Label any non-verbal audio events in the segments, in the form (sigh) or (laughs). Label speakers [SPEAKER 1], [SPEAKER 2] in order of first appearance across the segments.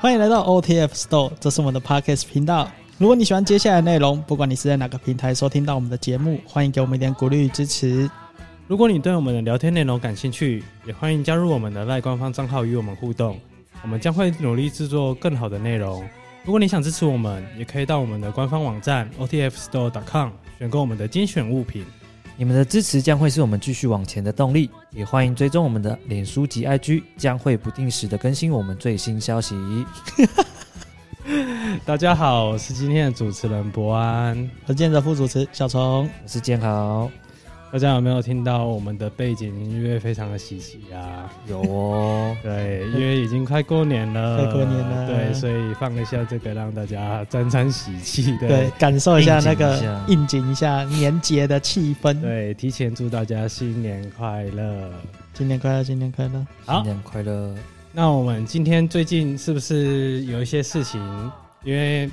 [SPEAKER 1] 欢迎来到 OTF Store，这是我们的 Podcast 频道。如果你喜欢接下来的内容，不管你是在哪个平台收听到我们的节目，欢迎给我们一点鼓励与支持。
[SPEAKER 2] 如果你对我们的聊天内容感兴趣，也欢迎加入我们的赖官方账号与我们互动。我们将会努力制作更好的内容。如果你想支持我们，也可以到我们的官方网站 otfstore.com 选购我们的精选物品。
[SPEAKER 3] 你们的支持将会是我们继续往前的动力，也欢迎追踪我们的脸书及 IG，将会不定时的更新我们最新消息。
[SPEAKER 2] 大家好，我是今天的主持人博安。
[SPEAKER 1] 我是今天的副主持小虫，
[SPEAKER 3] 我是建豪，
[SPEAKER 2] 大家有没有听到我们的背景音乐非常的喜气啊？
[SPEAKER 3] 有 (laughs) 哦，
[SPEAKER 2] 对，因为已经快过年了，
[SPEAKER 1] (laughs) 快过年了
[SPEAKER 2] 对，所以放一下这个让大家沾沾喜气的。
[SPEAKER 1] 对，感受一下那
[SPEAKER 3] 应景
[SPEAKER 1] 个应景
[SPEAKER 3] 一下
[SPEAKER 1] 一下年节的气氛。
[SPEAKER 2] 对，提前祝大家新年快乐。
[SPEAKER 1] 新年快乐，新年快乐！
[SPEAKER 2] 好
[SPEAKER 3] 新年
[SPEAKER 2] (laughs)
[SPEAKER 3] 快乐！
[SPEAKER 2] 那我们今天最近是不是有一些事情？因为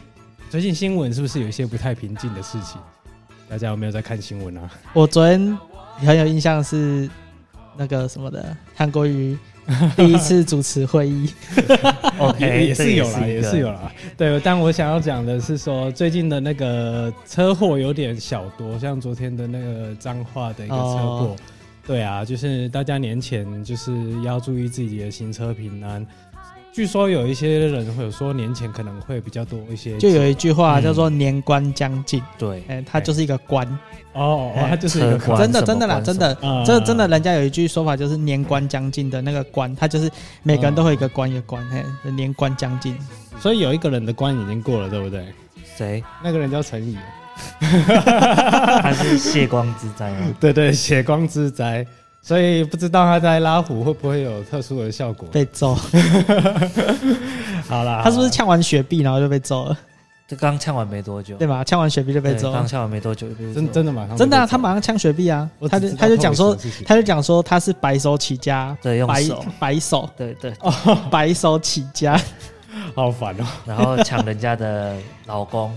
[SPEAKER 2] 最近新闻是不是有一些不太平静的事情？大家有没有在看新闻啊？
[SPEAKER 1] 我昨天很有印象是那个什么的韩国瑜第一次主持会
[SPEAKER 3] (laughs)
[SPEAKER 1] 议，
[SPEAKER 3] 哦
[SPEAKER 1] 哎
[SPEAKER 2] 也也是有啦，也是有
[SPEAKER 3] 了。
[SPEAKER 2] 啦。对，但我想要讲的是说，最近的那个车祸有点小多，像昨天的那个彰化的一个车祸。
[SPEAKER 1] 哦
[SPEAKER 2] 对啊，就是大家年前就是要注意自己的行车平安。据说有一些人会有说年前可能会比较多一些
[SPEAKER 1] 就
[SPEAKER 2] 疾
[SPEAKER 1] 有一句话
[SPEAKER 3] 嗯
[SPEAKER 1] 叫做“年关将近
[SPEAKER 3] 对”，，
[SPEAKER 1] 哎、它就是一个关，
[SPEAKER 2] 哦，哦
[SPEAKER 1] 哎
[SPEAKER 2] 它就是一个
[SPEAKER 3] 车祸
[SPEAKER 2] 款
[SPEAKER 1] 真的，
[SPEAKER 3] 关什么
[SPEAKER 1] 真的啦，
[SPEAKER 3] 关什
[SPEAKER 1] 真
[SPEAKER 3] 么
[SPEAKER 1] 的，
[SPEAKER 2] 啊
[SPEAKER 1] 这真的，人家有一句说法，就是“年关将近”的那个关，它就是每个人都会有一个关，一个关，嘿，年关将近。
[SPEAKER 2] 所以有一个人的关已经过了，对不对？
[SPEAKER 3] 谁？
[SPEAKER 2] 那个人叫陈怡，
[SPEAKER 3] 他是血光之啊灾
[SPEAKER 2] (laughs)
[SPEAKER 3] 吗？
[SPEAKER 2] 对对，血光之灾。所以不知道他在拉虎会不会有特殊的效果？
[SPEAKER 1] 被揍，
[SPEAKER 2] 好啦，
[SPEAKER 1] 他是不是
[SPEAKER 2] 好啦
[SPEAKER 1] 呛完雪碧然后就被揍了，
[SPEAKER 3] 这刚呛完没多久，
[SPEAKER 1] 对吧？呛完雪碧就被
[SPEAKER 3] 对，
[SPEAKER 1] 揍，
[SPEAKER 3] 刚呛完没多久就被
[SPEAKER 2] 真
[SPEAKER 3] 揍
[SPEAKER 2] 真的马上
[SPEAKER 1] 真的啊，
[SPEAKER 2] 被揍
[SPEAKER 1] 他马上呛雪碧啊
[SPEAKER 2] 我，
[SPEAKER 1] 他
[SPEAKER 2] 只
[SPEAKER 1] 就
[SPEAKER 2] 知道
[SPEAKER 1] 他就讲说
[SPEAKER 2] 为，什么事情
[SPEAKER 1] 他就讲说他是白手起家，
[SPEAKER 3] 对用
[SPEAKER 1] 白
[SPEAKER 3] 手，
[SPEAKER 1] 白手
[SPEAKER 3] 对对，
[SPEAKER 1] 白手起家，
[SPEAKER 2] 好烦哦，
[SPEAKER 3] 然后抢人家的老公，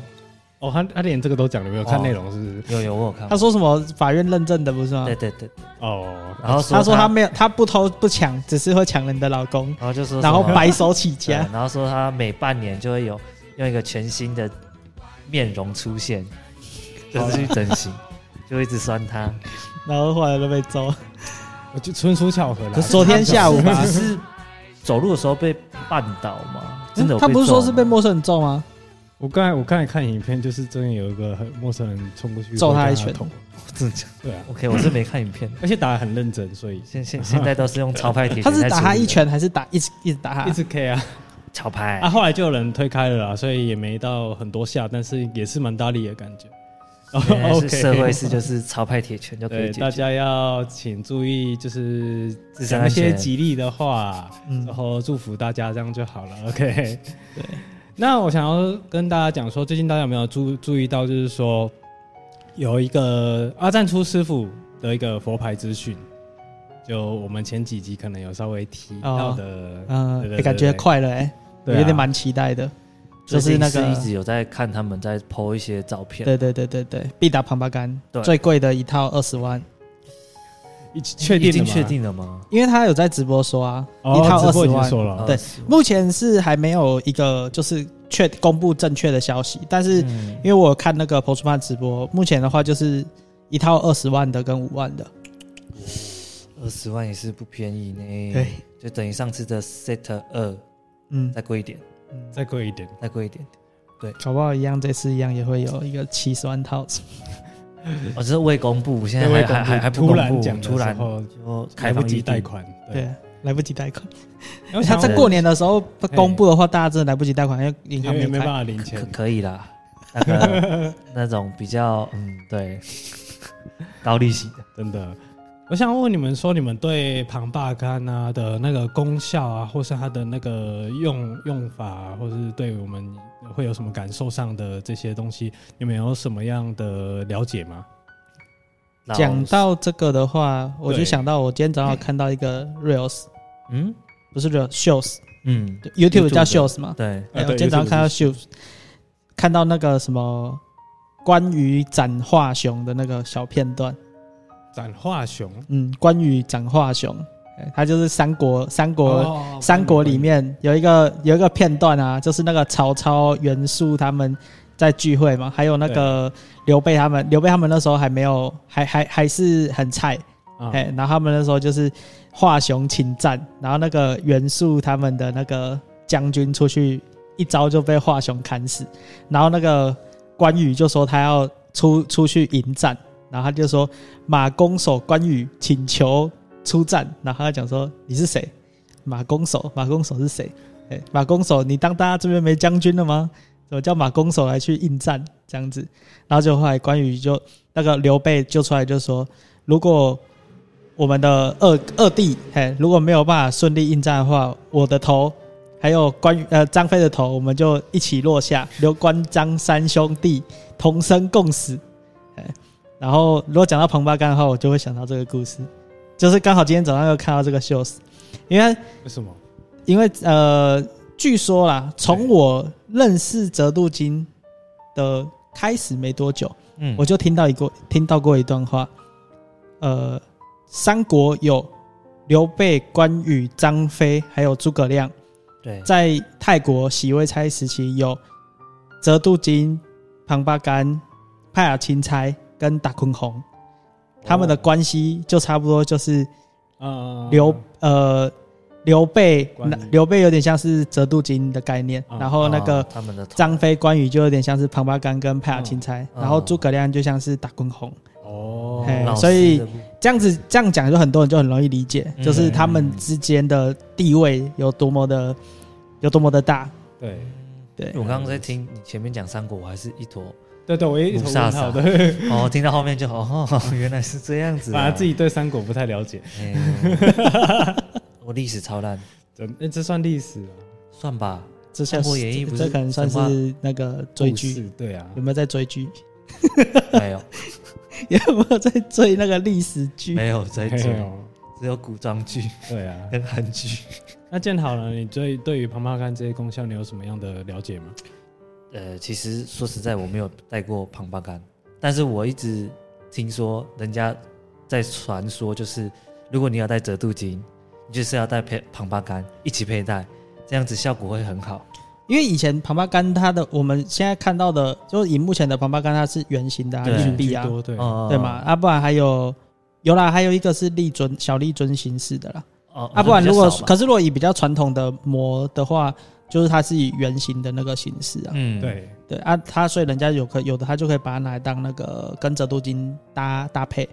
[SPEAKER 2] 哦，他他连这个都讲了没有？
[SPEAKER 3] 哦
[SPEAKER 2] 看内容是不是？
[SPEAKER 3] 有有我有看
[SPEAKER 1] 他
[SPEAKER 3] 过，
[SPEAKER 1] 说什么法院认证的不是吗
[SPEAKER 3] 对？对对，对
[SPEAKER 2] 哦，
[SPEAKER 3] 然后
[SPEAKER 1] 他说他
[SPEAKER 3] 他，
[SPEAKER 1] 没有，他不偷不抢，只是会抢人的老公，
[SPEAKER 3] 然后就说
[SPEAKER 1] 然后
[SPEAKER 3] 什么
[SPEAKER 1] 白手起
[SPEAKER 3] 对，
[SPEAKER 1] 家。
[SPEAKER 3] 然后说他每半年就会有用一个全新的面容
[SPEAKER 1] (laughs)
[SPEAKER 3] 出现，就是去整形，就一直酸他。
[SPEAKER 1] 然后后来就被揍。
[SPEAKER 2] 我就纯属巧合啦。
[SPEAKER 1] 可是昨天下午
[SPEAKER 3] (laughs)
[SPEAKER 1] 吧
[SPEAKER 3] 只是走路的时候被绊倒嘛，真的有
[SPEAKER 1] 他
[SPEAKER 3] 被
[SPEAKER 1] 不是说
[SPEAKER 3] 揍
[SPEAKER 1] 是
[SPEAKER 3] 吗
[SPEAKER 1] 被陌生人揍吗？
[SPEAKER 2] 我刚才我刚才看影片，就是真的有一个很陌生人冲过去
[SPEAKER 1] 揍他
[SPEAKER 2] 他
[SPEAKER 1] 一拳
[SPEAKER 2] 头，
[SPEAKER 3] 真的假
[SPEAKER 2] 对啊，
[SPEAKER 3] ？OK，我是没看影片的，
[SPEAKER 2] 而且打得很认真，所以
[SPEAKER 1] (laughs)
[SPEAKER 3] 现现现在都是用潮牌铁拳
[SPEAKER 1] 他
[SPEAKER 3] 在处理
[SPEAKER 1] 是
[SPEAKER 3] 的，
[SPEAKER 1] 打他一拳还是打一直一直打他？
[SPEAKER 2] 一直 K 啊。
[SPEAKER 3] 潮牌
[SPEAKER 2] 啊，后来就有人推开了啦，所以也没到很多下，但是也是蛮大力的感觉。
[SPEAKER 3] (laughs)
[SPEAKER 1] (laughs)
[SPEAKER 3] 原
[SPEAKER 2] (laughs)
[SPEAKER 3] 来
[SPEAKER 2] OK
[SPEAKER 3] 是社会事，就是潮牌铁拳就可以
[SPEAKER 2] 对
[SPEAKER 3] 解
[SPEAKER 2] 大
[SPEAKER 3] 决。
[SPEAKER 2] 家要请注意，就是
[SPEAKER 3] 自身
[SPEAKER 2] 讲一
[SPEAKER 3] 安全
[SPEAKER 2] 些吉利的话，
[SPEAKER 1] 嗯
[SPEAKER 2] 然后祝福大家，这样就好了。OK，对。 (laughs) 那我想要跟大家讲说，最近大家有没有注注意到，就是说有一个阿赞出师傅的一个佛牌资讯，就我们前几集可能有稍微提到的，
[SPEAKER 3] 哦
[SPEAKER 1] 嗯
[SPEAKER 2] 对对，对
[SPEAKER 1] 欸感觉快了哎，我
[SPEAKER 2] 对啊
[SPEAKER 1] 有点蛮期待的。就
[SPEAKER 3] 最
[SPEAKER 1] 是
[SPEAKER 3] 近
[SPEAKER 1] 那个
[SPEAKER 3] 一直有在看他们在 PO 一些照片，
[SPEAKER 1] 对对对对对，必打庞巴干
[SPEAKER 3] 对
[SPEAKER 1] 最贵的一套二十万，
[SPEAKER 2] 已确定了
[SPEAKER 3] 已经
[SPEAKER 2] 吗
[SPEAKER 3] 确，定了吗？
[SPEAKER 1] 因为他有在直播说啊，
[SPEAKER 2] 哦
[SPEAKER 1] 一套
[SPEAKER 2] 直
[SPEAKER 1] 二
[SPEAKER 2] 播
[SPEAKER 1] 十
[SPEAKER 2] 已经
[SPEAKER 1] 万。
[SPEAKER 2] 说了，
[SPEAKER 3] 呃
[SPEAKER 1] 对目前是还没有一个就是确公布正确的消息，但是
[SPEAKER 3] 嗯
[SPEAKER 1] 因为我有看那个彭楚曼直播，目前的话就是一套二十万的跟五万的，
[SPEAKER 3] 二十万也是不便宜
[SPEAKER 2] 嗯
[SPEAKER 3] 呢。
[SPEAKER 1] 对，
[SPEAKER 3] 就等于上次的 Set 二
[SPEAKER 1] 嗯，
[SPEAKER 3] 再贵一点，
[SPEAKER 1] 嗯
[SPEAKER 2] 再贵一点。
[SPEAKER 3] 再贵一点。
[SPEAKER 1] 搞不好一样，这次一样也会有一个七十万套。
[SPEAKER 3] 我、哦、这是未公布，现在
[SPEAKER 2] 未
[SPEAKER 3] 还
[SPEAKER 2] 公布
[SPEAKER 3] 还还还不
[SPEAKER 2] 突
[SPEAKER 3] 公
[SPEAKER 2] 然
[SPEAKER 3] 布，
[SPEAKER 2] 讲的
[SPEAKER 3] 突然
[SPEAKER 2] 时候
[SPEAKER 3] 就
[SPEAKER 2] 来
[SPEAKER 3] 开
[SPEAKER 2] 不
[SPEAKER 3] 放
[SPEAKER 2] 及
[SPEAKER 3] 预定
[SPEAKER 2] 贷，款，
[SPEAKER 1] 对，啊，来不及贷款。
[SPEAKER 2] 因为
[SPEAKER 1] 他
[SPEAKER 2] 想
[SPEAKER 1] 在过年的时候公布的话，大家真的来不及贷款，因为银
[SPEAKER 2] 因
[SPEAKER 1] 行
[SPEAKER 2] 为
[SPEAKER 1] 没
[SPEAKER 2] 没办
[SPEAKER 1] 开。
[SPEAKER 2] 法领
[SPEAKER 3] 可
[SPEAKER 2] 钱，
[SPEAKER 3] 可以啦。那 (laughs) 个那种比较嗯， (laughs) 对，高利息的，
[SPEAKER 2] 真的。我想问你们说，你们对庞巴干啊的那个功效啊，或是它的那个用用法、啊，或是对我们会有什么感受上的这些东西，你们有什么样的了解吗？
[SPEAKER 3] 然后
[SPEAKER 1] 讲到这个的话，我就
[SPEAKER 2] 对
[SPEAKER 1] 想到我今天早上有看到一个 reels，
[SPEAKER 3] 嗯
[SPEAKER 1] 不是 reels shows，
[SPEAKER 3] 嗯，
[SPEAKER 1] 对 YouTube
[SPEAKER 3] YouTube
[SPEAKER 1] 叫
[SPEAKER 3] 的
[SPEAKER 1] shows 嘛？
[SPEAKER 3] 对，
[SPEAKER 1] 哎
[SPEAKER 2] 啊
[SPEAKER 1] 我
[SPEAKER 2] 对
[SPEAKER 1] 今天早上看到
[SPEAKER 2] ，YouTube
[SPEAKER 1] shows，看到那个什么关于斩化熊的那个小片段，
[SPEAKER 2] 斩化熊
[SPEAKER 1] 嗯，关于斩化熊，对它就是三国三国、
[SPEAKER 2] 哦
[SPEAKER 1] 三国里，面有一个有一个片段啊，就是那个曹操、袁术他们在聚会嘛，还有那个刘备他们，刘备他们那时候还没有，还还还是很菜，
[SPEAKER 2] 啊
[SPEAKER 1] 哎、然后他们那时候就是华雄请战，然后那个袁术他们的那个将军出去一招就被华雄砍死，然后那个关羽就说他要出出去迎战，然后他就说马弓手关羽请求出战，然后他讲说你是谁？马弓手，马弓手是谁？哎、马弓手，你当大家这边没将军了吗？我叫马弓手来去应战这样子，然后就后来关羽就那个刘备就出来就说，如果我们的二二弟，嘿，如果没有办法顺利应战的话，我的头还有关羽呃张飞的头，我们就一起落下，留关张三兄弟同生共死。哎，然后如果讲到庞巴干的话，我就会想到这个故事，就是刚好今天早上又看到这个 shows，因为
[SPEAKER 2] 为什么？
[SPEAKER 1] 因为呃，据说啦，从我认识折度金的开始没多久，
[SPEAKER 3] 嗯，
[SPEAKER 1] 我就听到一个听到过一段话，呃，三国有刘备、关羽、张飞，还有诸葛亮，
[SPEAKER 3] 对，
[SPEAKER 1] 在泰国洗微差时期有折度金、庞巴干、派雅钦差跟达坤红，他们的关系就差不多就是
[SPEAKER 3] 哦
[SPEAKER 2] 啊
[SPEAKER 1] 刘呃刘备
[SPEAKER 2] 关羽，
[SPEAKER 1] 刘备有点像是折度金的概念，
[SPEAKER 2] 嗯
[SPEAKER 1] 然后那个
[SPEAKER 3] 哦他们的头
[SPEAKER 1] 张飞、关羽就有点像是庞巴干跟派雅钦差，
[SPEAKER 3] 嗯
[SPEAKER 1] 然后诸葛亮就像是打滚红。
[SPEAKER 2] 哦
[SPEAKER 1] 嘿
[SPEAKER 3] 老师
[SPEAKER 1] 所以
[SPEAKER 3] 的部
[SPEAKER 1] 这样子这样讲，就很多人就很容易理解，
[SPEAKER 3] 嗯
[SPEAKER 1] 就是他们之间的地位有多么的有多么的大。
[SPEAKER 2] 对
[SPEAKER 1] 对
[SPEAKER 3] 哎我刚刚在听你前面讲三国，我还是一坨，
[SPEAKER 2] 对对，我也一头
[SPEAKER 3] 五
[SPEAKER 2] 问
[SPEAKER 3] 煞
[SPEAKER 2] 号
[SPEAKER 3] 煞
[SPEAKER 2] 对，
[SPEAKER 3] 哦，听到后面就哦， (laughs) 原来是这样子
[SPEAKER 2] 反
[SPEAKER 3] 啊，
[SPEAKER 2] 而自己对三国不太了解，
[SPEAKER 3] 哎。我历史超烂，
[SPEAKER 2] 真那这算历史啊？
[SPEAKER 3] 算吧，
[SPEAKER 1] 这
[SPEAKER 3] 三国演义不是
[SPEAKER 1] 这可能算
[SPEAKER 3] 神
[SPEAKER 1] 是那个追
[SPEAKER 2] 故
[SPEAKER 1] 剧，
[SPEAKER 2] 事对啊
[SPEAKER 1] 有，没有在追剧？ (laughs)
[SPEAKER 3] 没有
[SPEAKER 1] 有没有在追那个历史剧？
[SPEAKER 3] (laughs) 没有在
[SPEAKER 2] 没
[SPEAKER 3] 追，
[SPEAKER 2] 有
[SPEAKER 3] 只有古装剧
[SPEAKER 2] (laughs)
[SPEAKER 3] (laughs)
[SPEAKER 2] 对啊。
[SPEAKER 3] 跟韩剧。
[SPEAKER 2] 那建好了，你对对于庞帕干这些功效，你有什么样的了解吗？
[SPEAKER 3] 呃，其实说实在，我没有带过庞巴干，但是我一直听说人家在传说，就是如果你要带折度金，你就是要带配庞巴干一起佩戴，这样子效果会很好。
[SPEAKER 1] 因为以前庞巴干它的，我们现在看到的，就是荧幕前的庞巴干，它是圆形的啊，
[SPEAKER 3] 对
[SPEAKER 1] 硬币啊
[SPEAKER 2] 居，多对
[SPEAKER 3] 哦
[SPEAKER 1] 对嘛？？啊，不然还有有啦，还有一个是立尊小立尊形式的啦。
[SPEAKER 3] 哦，
[SPEAKER 1] 啊，不然
[SPEAKER 3] 比较
[SPEAKER 1] 如果
[SPEAKER 3] 少吧
[SPEAKER 1] 可是如果以比较传统的膜的话，就是它是以圆形的那个形式啊。
[SPEAKER 3] 嗯，
[SPEAKER 2] 对
[SPEAKER 1] 对啊，它所以人家有可有的，它就可以把它拿来当那个跟折度金搭搭配。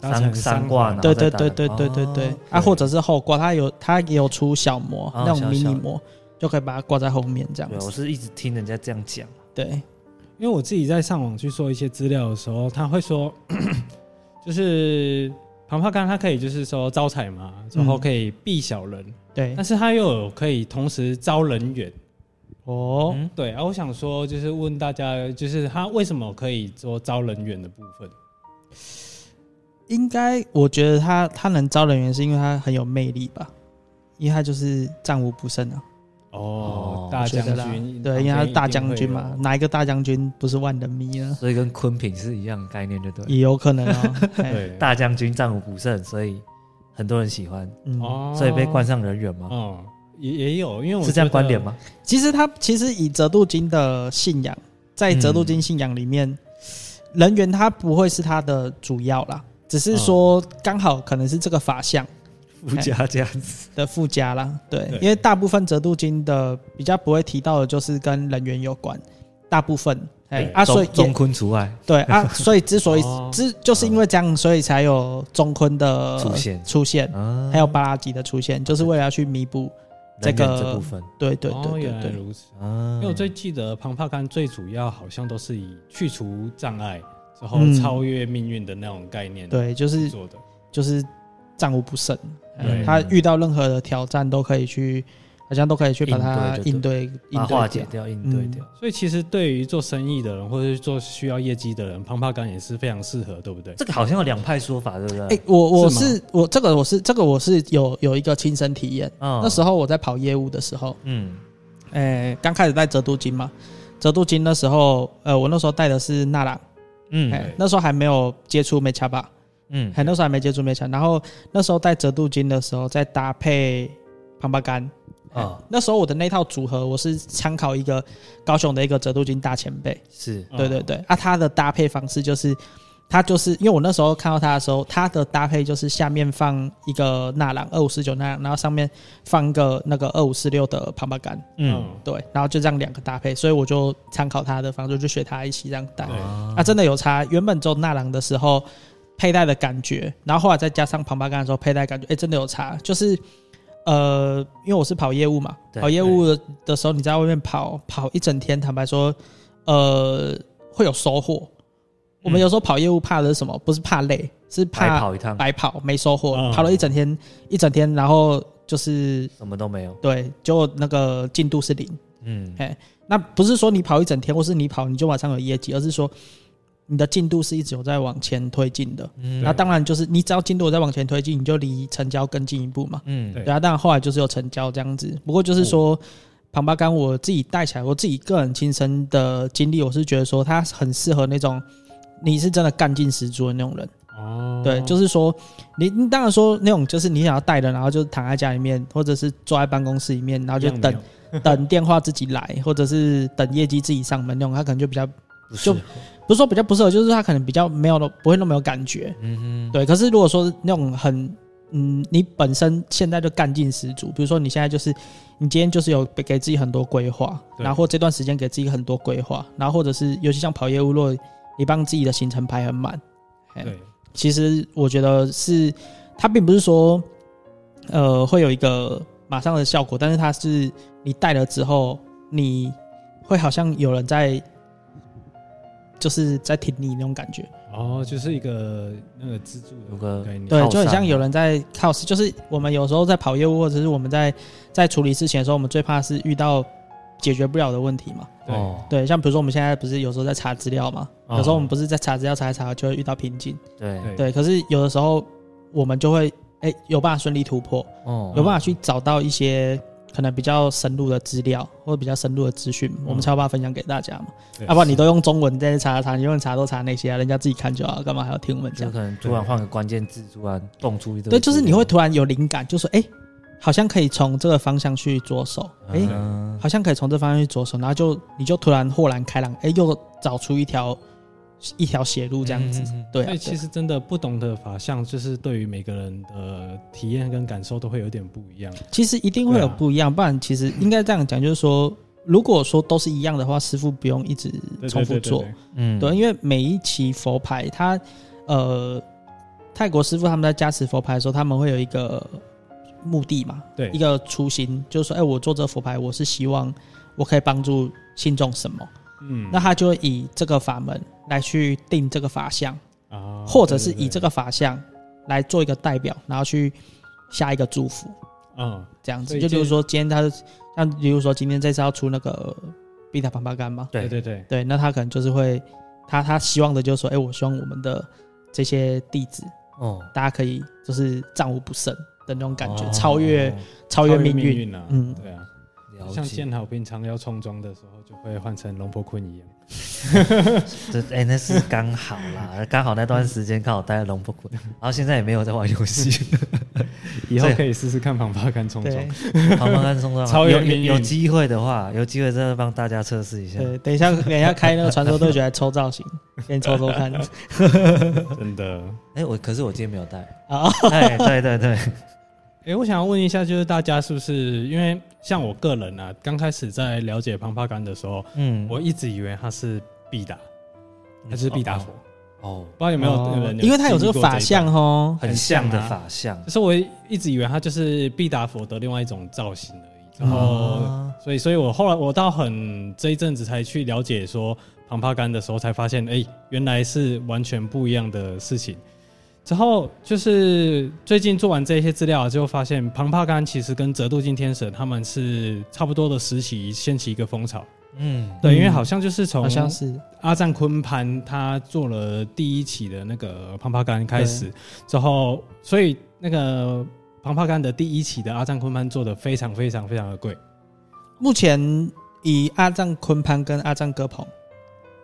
[SPEAKER 2] 搭成
[SPEAKER 3] 三三挂，
[SPEAKER 2] 三
[SPEAKER 3] 然后
[SPEAKER 1] 对
[SPEAKER 3] 再
[SPEAKER 1] 对
[SPEAKER 3] 搭
[SPEAKER 1] 对
[SPEAKER 3] 的
[SPEAKER 1] 对对对
[SPEAKER 3] 哦
[SPEAKER 1] 对，啊，或者是后挂，它有它也有出小膜
[SPEAKER 3] 哦
[SPEAKER 1] 那种
[SPEAKER 3] 小
[SPEAKER 1] 迷
[SPEAKER 3] 小
[SPEAKER 1] 你
[SPEAKER 3] 的
[SPEAKER 1] 膜，就可以把它挂在后面这
[SPEAKER 3] 对，
[SPEAKER 1] 样
[SPEAKER 3] 我
[SPEAKER 1] 子。
[SPEAKER 3] 是一直听人家这样讲，
[SPEAKER 1] 对，
[SPEAKER 2] 因为我自己在上网去搜一些资料的时候，他会说， (clears throat) 就是庞帕干它可以就是说招财嘛，然后可以避小人，
[SPEAKER 1] 对
[SPEAKER 2] 但，是它又有可以同时招人缘。
[SPEAKER 1] 哦，
[SPEAKER 3] 嗯
[SPEAKER 2] 对啊，我想说就是问大家，就是它为什么可以做招人缘的部分？
[SPEAKER 1] 应该我觉得它它能招人缘，是因为它很有魅力吧，因为它就是战无不胜啊。
[SPEAKER 2] 哦
[SPEAKER 3] 哦，
[SPEAKER 2] 大
[SPEAKER 1] 我觉
[SPEAKER 2] 将
[SPEAKER 1] 得啦
[SPEAKER 2] 军
[SPEAKER 1] 对，因为他是大将军嘛，，哪一个大将军不是万人迷呢？
[SPEAKER 3] 所以跟昆平是一样的概念，对不对？
[SPEAKER 1] 也有可能
[SPEAKER 3] (laughs)
[SPEAKER 1] 啊。
[SPEAKER 2] 旁
[SPEAKER 1] 嘿
[SPEAKER 2] 边一定会有对，
[SPEAKER 3] 大将军战无不胜，所以很多人喜欢，
[SPEAKER 1] 嗯，
[SPEAKER 2] 哦
[SPEAKER 3] 所以被冠上人缘吗？
[SPEAKER 2] 哦，也也有，因为我
[SPEAKER 3] 是这样
[SPEAKER 2] 觉得
[SPEAKER 3] 观点吗？？
[SPEAKER 1] 其实他其实以折度金的信仰，在折度金信仰里面，
[SPEAKER 2] 嗯
[SPEAKER 1] 人缘他不会是他的主要啦，只是说刚好可能是这个法相
[SPEAKER 3] 附加
[SPEAKER 1] 哎
[SPEAKER 3] 这样子，
[SPEAKER 1] 的附加啦。对，
[SPEAKER 2] 对
[SPEAKER 1] 因为大部分折度金的比较不会提到的就是跟人缘有关，大部分。哎
[SPEAKER 2] 对
[SPEAKER 1] 啊，所以
[SPEAKER 3] 中
[SPEAKER 1] 也
[SPEAKER 3] 中坤除外，
[SPEAKER 1] 对啊，
[SPEAKER 2] (laughs)
[SPEAKER 1] 所以之所以
[SPEAKER 2] 哦
[SPEAKER 1] 之就是因为这样，所以才有中坤的
[SPEAKER 3] 出现
[SPEAKER 1] 出现，
[SPEAKER 2] 嗯
[SPEAKER 3] 啊
[SPEAKER 1] 还有巴拉吉的出现，就是为了要去弥补。这
[SPEAKER 3] 人
[SPEAKER 1] 个
[SPEAKER 3] 缘这部分
[SPEAKER 1] 对对
[SPEAKER 2] 哦
[SPEAKER 1] 对
[SPEAKER 2] 原
[SPEAKER 1] 对
[SPEAKER 2] 来
[SPEAKER 1] 对，
[SPEAKER 2] 如此。
[SPEAKER 3] 啊，
[SPEAKER 2] 因为我最记得庞帕干最主要好像都是以去除障碍之后
[SPEAKER 1] 嗯
[SPEAKER 2] 超越命运的那种概念
[SPEAKER 1] 对，就是
[SPEAKER 2] 做的，
[SPEAKER 1] 就是战无不胜，
[SPEAKER 3] 嗯
[SPEAKER 2] 对
[SPEAKER 1] 哎他遇到任何的挑战都可以去，好像都可以去把它应
[SPEAKER 3] 应
[SPEAKER 1] 对
[SPEAKER 3] 把
[SPEAKER 1] 应
[SPEAKER 3] 它
[SPEAKER 1] 对
[SPEAKER 3] 化
[SPEAKER 1] 掉嗯
[SPEAKER 3] 解掉，应对掉，
[SPEAKER 2] 所以其实对于做生意的人或者是做需要业绩的人，庞帕干也是非常适合，对不对？
[SPEAKER 3] 这个好像有两派说法，对不
[SPEAKER 1] 哎、
[SPEAKER 3] 对？
[SPEAKER 1] 我我
[SPEAKER 2] 是吗
[SPEAKER 1] 是我这个我是这个我是有有一个亲身体验，
[SPEAKER 3] 啊
[SPEAKER 1] 那时候我在跑业务的时候，
[SPEAKER 3] 嗯，
[SPEAKER 1] 哎、刚开始带折度金嘛，折度金那时候，呃，我那时候带的是纳朗，
[SPEAKER 3] 嗯
[SPEAKER 1] 哎、
[SPEAKER 2] 对
[SPEAKER 1] 那时候还没有接触美恰巴，
[SPEAKER 3] 嗯
[SPEAKER 1] 还那时候还没接触美甲，然后那时候戴折度巾的时候，再搭配庞巴干。
[SPEAKER 3] 啊
[SPEAKER 1] 那时候我的那套组合，我是参考一个高雄的一个折度巾大前辈，
[SPEAKER 3] 是
[SPEAKER 2] 嗯
[SPEAKER 1] 对对对，啊，他的搭配方式就是，他就是因为我那时候看到他的时候，他的搭配就是下面放一个纳兰二五四九纳兰，然后上面放一个那个二五四六的庞巴干，
[SPEAKER 3] 嗯
[SPEAKER 2] 嗯，
[SPEAKER 1] 对，然后就这样两个搭配，所以我就参考他的方式，我就学他一起这样搭。
[SPEAKER 2] 对
[SPEAKER 1] 啊，真的有差。原本做纳兰的时候佩戴的感觉，然后后来再加上庞巴干的时候佩戴感觉，哎、真的有差。就是呃，因为我是跑业务嘛，
[SPEAKER 3] 对
[SPEAKER 1] 跑业务的的时候你在外面跑跑一整天，坦白说，呃，会有收获。
[SPEAKER 3] 嗯
[SPEAKER 1] 我们有时候跑业务怕的是什么？不是怕累，是
[SPEAKER 3] 白
[SPEAKER 1] 怕
[SPEAKER 3] 跑一趟，
[SPEAKER 1] 白跑没收获，
[SPEAKER 2] 嗯
[SPEAKER 1] 跑了一整天一整天，然后就是
[SPEAKER 3] 什么都没有。
[SPEAKER 1] 对，就那个进度是零。
[SPEAKER 3] 嗯
[SPEAKER 1] 哎那不是说你跑一整天，或是你跑你就马上有业绩，而是说你的进度是一直有在往前推进的。
[SPEAKER 3] 嗯
[SPEAKER 1] 那当然就是你只要进度有在往前推进，你就离成交更进一步嘛。
[SPEAKER 3] 嗯
[SPEAKER 2] 对哦
[SPEAKER 1] 对啊，当然后来就是有成交这样子。不过就是说，庞巴干我自己带起来，我自己个人亲身的经历，我是觉得说它很适合那种你是真的干劲十足的那种人。
[SPEAKER 2] 哦，
[SPEAKER 1] 对，就是说，你你当然说那种就是你想要带的，然后就躺在家里面，或者是坐在办公室里面，然后就等
[SPEAKER 2] 样
[SPEAKER 1] 等电话自己来，或者是等业绩自己上门那种，他可能就比较
[SPEAKER 3] 不是
[SPEAKER 1] 就不是说比较不适合，就是他可能比较没有不会那么有感觉。
[SPEAKER 3] 嗯哼
[SPEAKER 1] 对，可是如果说那种很嗯，你本身现在就干劲十足，比如说你现在就是你今天就是有给给自己很多规划，
[SPEAKER 2] 对
[SPEAKER 1] 然后这段时间给自己很多规划，然后或者是尤其像跑业务，如果你帮自己的行程排很满，哎
[SPEAKER 2] 对，
[SPEAKER 1] 其实我觉得是它并不是说呃会有一个马上的效果，但是它是你戴了之后，你会好像有人在就是在挺你那种感觉，
[SPEAKER 2] 哦，就是一个那个支柱的
[SPEAKER 3] 有个
[SPEAKER 2] 概念，
[SPEAKER 1] 对，
[SPEAKER 3] 靠
[SPEAKER 1] 就很
[SPEAKER 3] 山啊
[SPEAKER 1] 像有人在靠，就是我们有时候在跑业务或者是我们在在处理事情的时候，我们最怕是遇到解决不了的问题嘛。
[SPEAKER 2] 对
[SPEAKER 3] 哦
[SPEAKER 1] 对，像比如说我们现在不是有时候在查资料嘛，
[SPEAKER 3] 哦
[SPEAKER 1] 有时候我们不是在查资料查一查就会遇到瓶颈。
[SPEAKER 3] 对
[SPEAKER 2] 对
[SPEAKER 1] 对，可是有的时候我们就会哎、有办法顺利突破，
[SPEAKER 3] 哦
[SPEAKER 1] 有办法去找到一些可能比较深入的资料或者比较深入的资讯，我
[SPEAKER 3] 嗯
[SPEAKER 1] 们才有办法分享给大家嘛。
[SPEAKER 2] 对
[SPEAKER 1] 啊要不然你都用中文在那查查，你用查都查那些啊，人家自己看就好，干嘛还要听我们
[SPEAKER 3] 就
[SPEAKER 1] 讲？
[SPEAKER 3] 可能突然换个关键字，突然蹦出一堆。
[SPEAKER 1] 对，就是你会突然有灵感，就说哎、好像可以从这个方向去着手，哎、
[SPEAKER 3] 嗯
[SPEAKER 1] 好像可以从这方向去着手，然后就你就突然豁然开朗，哎、又找出一条一条血路这样子。
[SPEAKER 3] 嗯嗯嗯嗯
[SPEAKER 1] 对啊，
[SPEAKER 2] 所以其
[SPEAKER 1] 对啊
[SPEAKER 2] 实真的不懂得法相，就是对于每个人的体验跟感受都会有点不一样。
[SPEAKER 1] 其实一定会有
[SPEAKER 2] 啊
[SPEAKER 1] 不一样，不然其实应该这样讲，就是说，如果说都是一样的话，师傅不用一直
[SPEAKER 2] 对
[SPEAKER 1] 重复做，，
[SPEAKER 3] 嗯
[SPEAKER 1] 对，因为每一期佛牌，它呃，泰国师傅他们在加持佛牌的时候，他们会有一个目的嘛，
[SPEAKER 2] 对对
[SPEAKER 1] 一
[SPEAKER 2] 对
[SPEAKER 1] 个初心，就是说，哎、我做这佛牌，我是希望我可以帮助信众什么，
[SPEAKER 2] 嗯
[SPEAKER 1] 那他就会以这个法门来去定这个法相，
[SPEAKER 2] 啊
[SPEAKER 1] 或者是以这
[SPEAKER 2] 个
[SPEAKER 1] 个法相来做一个代表，然后去下一个祝福。
[SPEAKER 2] 嗯
[SPEAKER 1] 这样
[SPEAKER 2] 所
[SPEAKER 1] 子。
[SPEAKER 2] 以
[SPEAKER 1] 就
[SPEAKER 2] 这
[SPEAKER 1] 比如说今天他像比如说今天这次要出那个碧塔庞巴干嘛，
[SPEAKER 3] 对
[SPEAKER 2] 对对对
[SPEAKER 1] 对，那他可能就是会他他希望的就是说，哎、我希望我们的这些弟子
[SPEAKER 3] 哦
[SPEAKER 1] 大家可以就是战无不胜的那种感觉，
[SPEAKER 3] 哦
[SPEAKER 1] 超越超越命运。
[SPEAKER 2] 啊，
[SPEAKER 1] 嗯
[SPEAKER 2] 对啊，
[SPEAKER 3] 了
[SPEAKER 2] 像
[SPEAKER 3] 解
[SPEAKER 2] 建豪平常要冲撞的时候，就会换成龙婆坤
[SPEAKER 1] (laughs)
[SPEAKER 2] 一样。
[SPEAKER 3] 这哎、那是刚好啦， (laughs) 刚好那段时间刚好待在龙不滚，然后现在也没有在玩游
[SPEAKER 2] (laughs)
[SPEAKER 3] 戏，
[SPEAKER 2] 以后 (laughs)
[SPEAKER 3] 对
[SPEAKER 2] 可以试试看庞巴干冲撞
[SPEAKER 1] 对。
[SPEAKER 3] 好慢慢冲上来
[SPEAKER 2] 超越
[SPEAKER 3] 有有
[SPEAKER 2] 命运
[SPEAKER 3] 有机会的话，有机会真的帮大家测试一下。
[SPEAKER 1] 对，等一下等一下开那个传说对决来抽造
[SPEAKER 2] (laughs)
[SPEAKER 1] 型，给你抽抽看。
[SPEAKER 2] 真的。
[SPEAKER 3] 哎、我可是我今天没有带。
[SPEAKER 2] 哦
[SPEAKER 1] 啊，
[SPEAKER 3] 哎，对对对，
[SPEAKER 2] 哎、我想要问一下，就是大家是不是因为像我个人啊，刚开始在了解庞巴干的时候，
[SPEAKER 3] 嗯，
[SPEAKER 2] 我一直以为他是必打，他是必打佛，
[SPEAKER 3] 哦，
[SPEAKER 2] 不知道有没有
[SPEAKER 1] 嗯哦
[SPEAKER 2] 人有
[SPEAKER 1] 因为他有这个法
[SPEAKER 2] 经历过这一
[SPEAKER 1] 相
[SPEAKER 2] 段。
[SPEAKER 1] 哦，
[SPEAKER 3] 很像的
[SPEAKER 2] 很像啊
[SPEAKER 3] 法相。
[SPEAKER 2] 就是我一直以为他就是必打佛的另外一种造型而已，然后、
[SPEAKER 3] 哦，
[SPEAKER 2] 所以，所以我后来我到很这一阵子才去了解说庞帕干的时候，才发现，哎、原来是完全不一样的事情。之后就是最近做完这些资料，就发现庞帕干其实跟折度金天神他们是差不多的时期掀起一个风潮。
[SPEAKER 3] 嗯，
[SPEAKER 2] 对，
[SPEAKER 1] 嗯
[SPEAKER 2] 因为好像就是从
[SPEAKER 1] 好像是
[SPEAKER 2] 阿赞昆潘他做了第一期的那个庞帕干开始之后，所以那个庞帕干的第一期的阿赞昆潘做的非常非常非常的贵。
[SPEAKER 1] 目前以阿赞昆潘跟阿赞哥鹏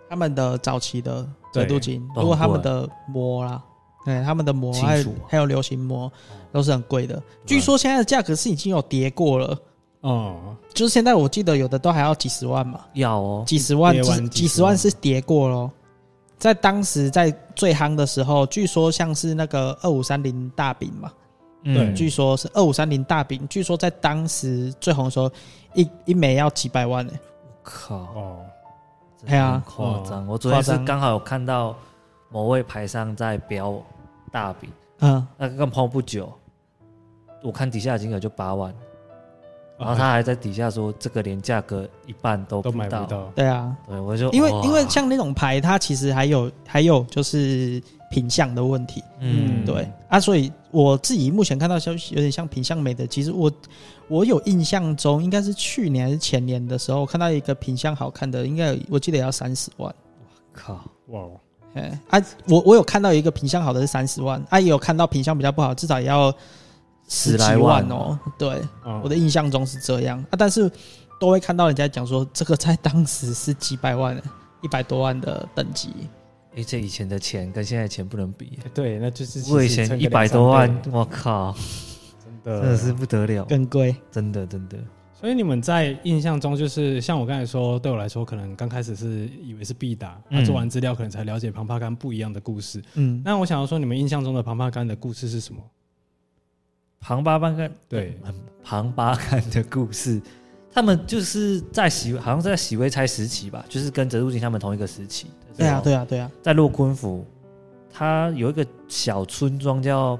[SPEAKER 1] 他们的早期的折度金，
[SPEAKER 3] 对
[SPEAKER 1] 如果他们的膜啦，对他们的膜
[SPEAKER 3] 清
[SPEAKER 1] 还有
[SPEAKER 3] 楚啊
[SPEAKER 1] 还有流行膜都是很贵的，据说现在的价格是已经有跌过了，
[SPEAKER 2] 哦，
[SPEAKER 1] 就是现在我记得有的都还要几十万嘛，
[SPEAKER 3] 要哦，
[SPEAKER 1] 几十万
[SPEAKER 2] 跌完
[SPEAKER 1] 几
[SPEAKER 2] 几
[SPEAKER 1] 几
[SPEAKER 2] 十
[SPEAKER 1] 十万
[SPEAKER 2] 万
[SPEAKER 1] 是跌过咯。在当时在最夯的时候，据说像是那个二五三零大饼嘛，
[SPEAKER 3] 嗯
[SPEAKER 2] 对
[SPEAKER 1] 据说是二五三零大饼，据说在当时最红的时候，一一枚要几百万呢、
[SPEAKER 3] 靠，
[SPEAKER 2] 哦，
[SPEAKER 3] 真的
[SPEAKER 1] 哎呀
[SPEAKER 3] 很夸张！我昨
[SPEAKER 1] 夸
[SPEAKER 3] 天是
[SPEAKER 1] 张
[SPEAKER 3] 刚好有看到某位牌商在标大饼，
[SPEAKER 1] 嗯，
[SPEAKER 3] 那刚抛不久，我看底下金额就八万，然后他还在底下说这个连价格一半都
[SPEAKER 2] 哦都
[SPEAKER 3] 不
[SPEAKER 2] 买不
[SPEAKER 3] 到，
[SPEAKER 2] 到，
[SPEAKER 1] 对啊，
[SPEAKER 3] 对，我就
[SPEAKER 1] 因为
[SPEAKER 3] 哇
[SPEAKER 1] 因为像那种牌，它其实还有还有就是品相的问题，
[SPEAKER 2] 嗯
[SPEAKER 1] 对、啊，所以我自己目前看到消息有点像品相美的，其实我我有印象中应该是去年还是前年的时候，看到一个品相好看的，应该有我记得也要三十万。
[SPEAKER 3] 靠，
[SPEAKER 2] 哇哦，
[SPEAKER 1] 哎啊，我我有看到一个品相好的是三十万，啊也有看到品相比较不好，至少也要
[SPEAKER 3] 十
[SPEAKER 1] 几
[SPEAKER 3] 来
[SPEAKER 1] 万
[SPEAKER 3] 万
[SPEAKER 1] 哦。对，
[SPEAKER 2] 哦
[SPEAKER 1] 我的印象中是这样啊，但是都会看到人家讲说，这个在当时是几百万、一百多万的等级。
[SPEAKER 3] 而且以前的钱跟现在的钱不能比，
[SPEAKER 2] 对，那就是
[SPEAKER 3] 我以前一百多万，我靠，
[SPEAKER 2] 真
[SPEAKER 3] 真的
[SPEAKER 2] 的
[SPEAKER 3] 是不得了，
[SPEAKER 1] 更贵。
[SPEAKER 3] 真的真的，
[SPEAKER 2] 所以你们在印象中，就是像我刚才说，对我来说，可能刚开始是以为是必打，那、
[SPEAKER 3] 嗯
[SPEAKER 2] 做完资料可能才了解庞帕干不一样的故事。
[SPEAKER 1] 嗯，
[SPEAKER 2] 那我想要说，你们印象中的庞帕干的故事是什么？
[SPEAKER 3] 庞巴班干
[SPEAKER 2] 对，
[SPEAKER 3] 嗯庞巴干的故事，他们就是在喜好像在喜微差时期吧，就是跟泽度金他们同一个时期。
[SPEAKER 1] 对啊，，对啊，对啊，
[SPEAKER 3] 在洛昆府，它有一个小村庄叫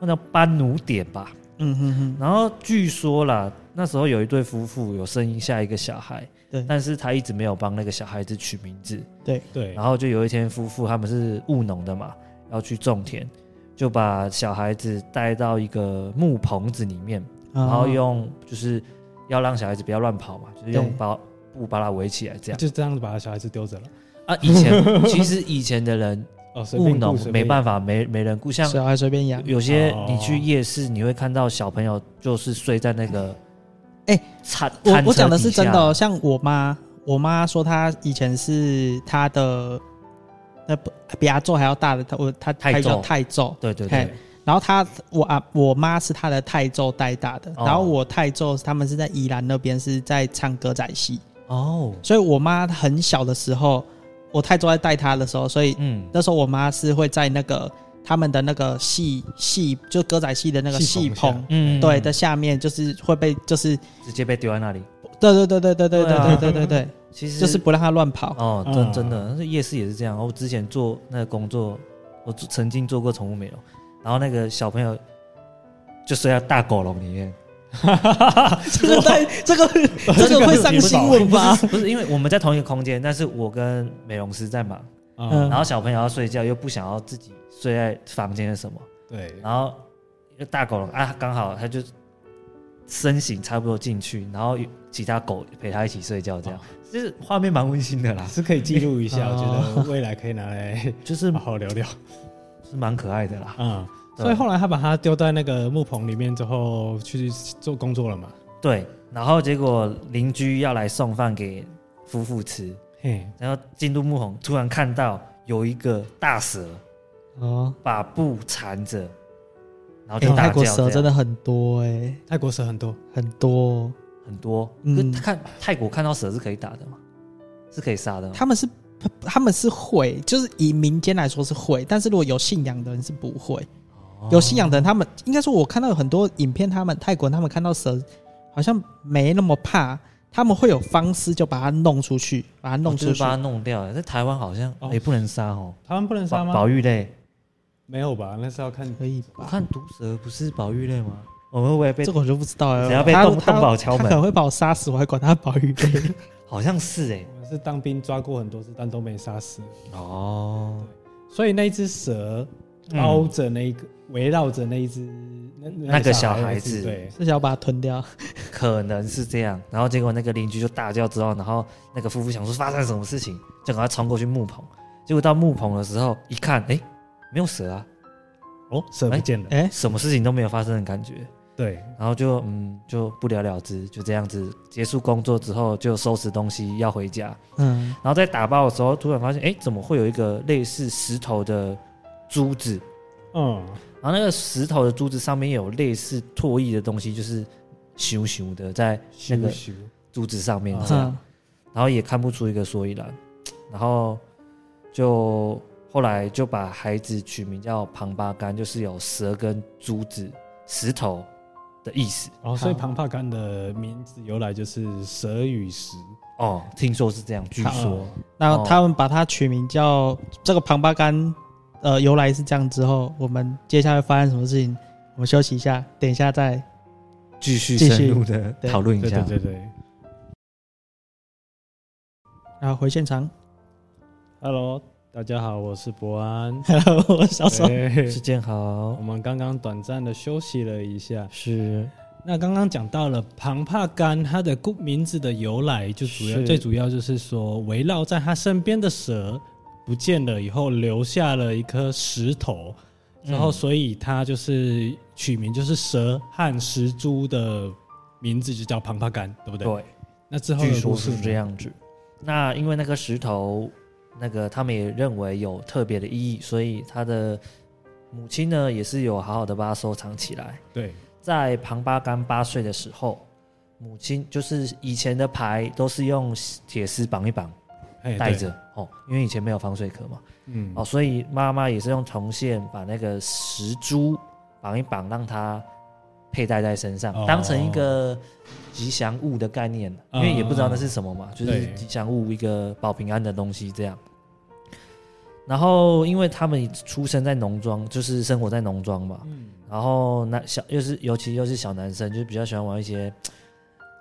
[SPEAKER 3] 那叫班奴点吧，
[SPEAKER 1] 嗯哼哼，
[SPEAKER 3] 然后据说啦，那时候有一对夫妇有生下一个小孩，
[SPEAKER 1] 对
[SPEAKER 3] 但是他一直没有帮那个小孩子取名字，
[SPEAKER 2] 对，
[SPEAKER 3] 然后就有一天，夫妇他们是务农的嘛，要去种田，就把小孩子带到一个木棚子里面，
[SPEAKER 2] 啊
[SPEAKER 3] 然
[SPEAKER 1] 啊
[SPEAKER 3] 后用就是要让小孩子不要乱跑嘛，就是用
[SPEAKER 1] 对
[SPEAKER 3] 包布把它围起来这样
[SPEAKER 2] 就这样子把小孩子丢着了。
[SPEAKER 3] 啊。以前其实以前的人
[SPEAKER 2] 哦， (laughs) 随
[SPEAKER 3] 务
[SPEAKER 2] 便
[SPEAKER 3] 农没
[SPEAKER 2] 法，
[SPEAKER 3] 办法，没没人顾，像
[SPEAKER 1] 小孩啊随便养。
[SPEAKER 3] 有些
[SPEAKER 2] 哦
[SPEAKER 3] 你去夜市，你会看到小朋友就是睡在那个
[SPEAKER 1] 哎
[SPEAKER 3] 铲，
[SPEAKER 1] 我
[SPEAKER 3] 铲
[SPEAKER 1] 我
[SPEAKER 3] 车
[SPEAKER 1] 讲的是
[SPEAKER 3] 底下
[SPEAKER 1] 真的哦、像我妈，我妈说她以前是她的那不比阿宙还要大的，她我她
[SPEAKER 3] 泰
[SPEAKER 1] 她叫
[SPEAKER 3] 州
[SPEAKER 1] 泰宙，
[SPEAKER 3] 对对
[SPEAKER 1] 嘿
[SPEAKER 3] 对，
[SPEAKER 1] 然后她我啊我妈是她的泰宙带大的，
[SPEAKER 3] 哦
[SPEAKER 1] 然后我泰宙他们是在宜兰那边是在唱歌仔戏，
[SPEAKER 3] 哦，
[SPEAKER 1] 所以我妈很小的时候，我泰州在带她的时候，所以
[SPEAKER 3] 嗯，
[SPEAKER 1] 那时候我妈是会在那个他们的那个戏戏就歌仔戏的那个戏
[SPEAKER 2] 戏棚
[SPEAKER 1] 棚
[SPEAKER 2] 下。
[SPEAKER 3] 嗯
[SPEAKER 1] 对的，下面就是会被，就是
[SPEAKER 3] 直接被丢在那里。
[SPEAKER 1] 对对对对对对
[SPEAKER 3] 对啊
[SPEAKER 1] 对对对对，
[SPEAKER 3] 其实
[SPEAKER 1] 就是不让他乱跑。
[SPEAKER 3] 哦，
[SPEAKER 2] 嗯
[SPEAKER 3] 真真的，那夜市也是这样。我之前做那个工作，我做曾经做过宠物美容，然后那个小朋友就睡在大狗笼里面， (laughs)
[SPEAKER 1] 这个在这个
[SPEAKER 2] (laughs)
[SPEAKER 1] 这个会上新
[SPEAKER 3] (laughs)
[SPEAKER 1] 闻
[SPEAKER 3] 不
[SPEAKER 1] 吧？
[SPEAKER 3] 是不是因为我们在同一个空间，但是我跟美容师在忙，
[SPEAKER 1] 嗯
[SPEAKER 2] 嗯，
[SPEAKER 3] 然后小朋友要睡觉又不想要自己睡在房间的什么，
[SPEAKER 2] 对，
[SPEAKER 3] 然后一个大狗笼啊，刚好它就身形差不多进去，然后有其他狗陪它一起睡觉，这样、
[SPEAKER 2] 哦
[SPEAKER 3] 就是画面蛮温馨的啦，
[SPEAKER 2] 是可以记录一下，
[SPEAKER 1] 哦
[SPEAKER 2] 我觉得未来可以拿来
[SPEAKER 3] 就是
[SPEAKER 2] 好好聊聊。
[SPEAKER 3] 是蛮可爱的啦。
[SPEAKER 2] 嗯，
[SPEAKER 3] 哦对
[SPEAKER 2] 所以后来他把它丢在那个木棚里面之后，去做工作了嘛。
[SPEAKER 3] 对，然后结果邻居要来送饭给夫妇吃，
[SPEAKER 2] 嘿，
[SPEAKER 3] 然后进入木桶，突然看到有一个大蛇
[SPEAKER 1] 哦，
[SPEAKER 3] 把布缠着，然后
[SPEAKER 1] 哎
[SPEAKER 3] 就
[SPEAKER 1] 泰
[SPEAKER 3] 大叫
[SPEAKER 1] 国
[SPEAKER 3] 这样。
[SPEAKER 1] 蛇真的很多哎，
[SPEAKER 2] 泰国蛇很多，
[SPEAKER 1] 很多。
[SPEAKER 3] 很多，
[SPEAKER 1] 嗯
[SPEAKER 3] 可是看泰国看到蛇是可以打的吗？是可以杀的吗？
[SPEAKER 1] 他们是他们是会，就是以民间来说是会，但是如果有信仰的人是不会。
[SPEAKER 3] 哦
[SPEAKER 1] 有信仰的人，他们应该说，我看到有很多影片，他们泰国他们看到蛇好像没那么怕，他们会有方式就把它弄出去，把它
[SPEAKER 3] 我
[SPEAKER 1] 弄
[SPEAKER 3] 哦就
[SPEAKER 1] 出
[SPEAKER 3] 是
[SPEAKER 1] 去。
[SPEAKER 3] 把它弄掉了，在台湾好像
[SPEAKER 2] 哦
[SPEAKER 3] 也、不能杀哦，
[SPEAKER 2] 台湾不能杀
[SPEAKER 3] 保
[SPEAKER 2] 吗？
[SPEAKER 3] 保育类。
[SPEAKER 2] 没有吧？那是要看
[SPEAKER 1] 可以
[SPEAKER 3] 我
[SPEAKER 1] 吧？
[SPEAKER 3] 看毒蛇不是保育类吗？我们会不会被
[SPEAKER 1] 这？个我就不知道了。
[SPEAKER 3] 只要被
[SPEAKER 1] 他
[SPEAKER 3] 动
[SPEAKER 1] 他
[SPEAKER 3] 动保敲门
[SPEAKER 1] 他可能会把我杀死，我还管他保育
[SPEAKER 3] (laughs)
[SPEAKER 1] 类。
[SPEAKER 3] 好像是哎、
[SPEAKER 2] 我们是当兵抓过很多次，但都没杀死。
[SPEAKER 3] 哦，
[SPEAKER 2] 所以那一只蛇
[SPEAKER 3] 嗯
[SPEAKER 2] 包着那一个，围绕着那一只那
[SPEAKER 3] 那个小
[SPEAKER 2] 孩
[SPEAKER 3] 孩子
[SPEAKER 2] 对，
[SPEAKER 1] 是想要把它吞掉。
[SPEAKER 3] 可能是这样。然后结果那个邻居就大叫之后，然后那个夫妇想说发生什么事情，就赶快冲过去木棚。结果到木棚的时候，一看，哎、没有蛇啊，
[SPEAKER 2] 哦，蛇不见了，
[SPEAKER 1] 哎、
[SPEAKER 3] 什么事情都没有发生的感觉。
[SPEAKER 2] 对，
[SPEAKER 3] 然后就嗯，就不了了之，就这样子结束工作之后，就收拾东西要回家。
[SPEAKER 1] 嗯，
[SPEAKER 3] 然后在打包的时候，突然发现，哎、怎么会有一个类似石头的珠子
[SPEAKER 2] 嗯，
[SPEAKER 3] 然后那个石头的珠子上面有类似唾液的东西，就是熊熊的在那个
[SPEAKER 2] 咻咻
[SPEAKER 3] 珠子上面
[SPEAKER 2] 啊
[SPEAKER 3] 这样，
[SPEAKER 1] 嗯
[SPEAKER 3] 然后也看不出一个所以然，然后就后来就把孩子取名叫庞巴干，就是有蛇跟珠子、石头的意思
[SPEAKER 2] 哦，所以庞帕干的名字由来就是蛇与石，
[SPEAKER 3] 哦，听说是这样，据说
[SPEAKER 1] 那
[SPEAKER 3] 哦
[SPEAKER 1] 他们把它取名叫这个庞巴干，呃，由来是这样。之后我们接下来发生什么事情，我们休息一下，等一下再
[SPEAKER 3] 继续
[SPEAKER 1] 继续
[SPEAKER 3] 深入的
[SPEAKER 1] 对
[SPEAKER 3] 讨论一
[SPEAKER 2] 对
[SPEAKER 3] 下
[SPEAKER 2] 对。对对。
[SPEAKER 1] 然后回现场。
[SPEAKER 2] Hello，大家好，我是博安。
[SPEAKER 3] (laughs)
[SPEAKER 1] Hello，我
[SPEAKER 3] 哦
[SPEAKER 1] 小手。
[SPEAKER 2] 对
[SPEAKER 3] 世健好
[SPEAKER 2] 我，们刚刚短暂的休息了一下。
[SPEAKER 3] 是
[SPEAKER 2] 那刚刚讲到了庞帕干，它的故名字的由来，就主要
[SPEAKER 3] 是
[SPEAKER 2] 最主要就是说，围绕在他身边的蛇不见了以后，留下了一颗石头，然后
[SPEAKER 3] 嗯
[SPEAKER 2] 所以它就是取名就是蛇和石珠的名字就叫庞帕干，对不对？
[SPEAKER 3] 对，
[SPEAKER 2] 那之后
[SPEAKER 3] 据
[SPEAKER 2] 的
[SPEAKER 3] 说
[SPEAKER 2] 故事
[SPEAKER 3] 是
[SPEAKER 2] 呢
[SPEAKER 3] 这，样子。那因为那个石头，那个他们也认为有特别的意义，所以他的母亲呢也是有好好的把它收藏起来。
[SPEAKER 2] 对，
[SPEAKER 3] 在庞巴干八岁的时候，母亲就是以前的牌都是用铁丝绑一绑
[SPEAKER 2] 哎
[SPEAKER 3] 带，着哦，因为以前没有防水壳嘛，
[SPEAKER 2] 对嗯，
[SPEAKER 3] 哦，所以妈妈也是用铜线把那个石珠绑一绑，让它佩戴在身上
[SPEAKER 2] 哦，嗯
[SPEAKER 3] 当成一个吉祥物的概念，因为也不知道那是什么嘛，就是
[SPEAKER 2] 对
[SPEAKER 3] 吉祥物一个保平安的东西这样。然后，因为他们出生在农庄，就是生活在农庄嘛，
[SPEAKER 2] 嗯，
[SPEAKER 3] 然后那小又是尤其又是小男生，就是比较喜欢玩一些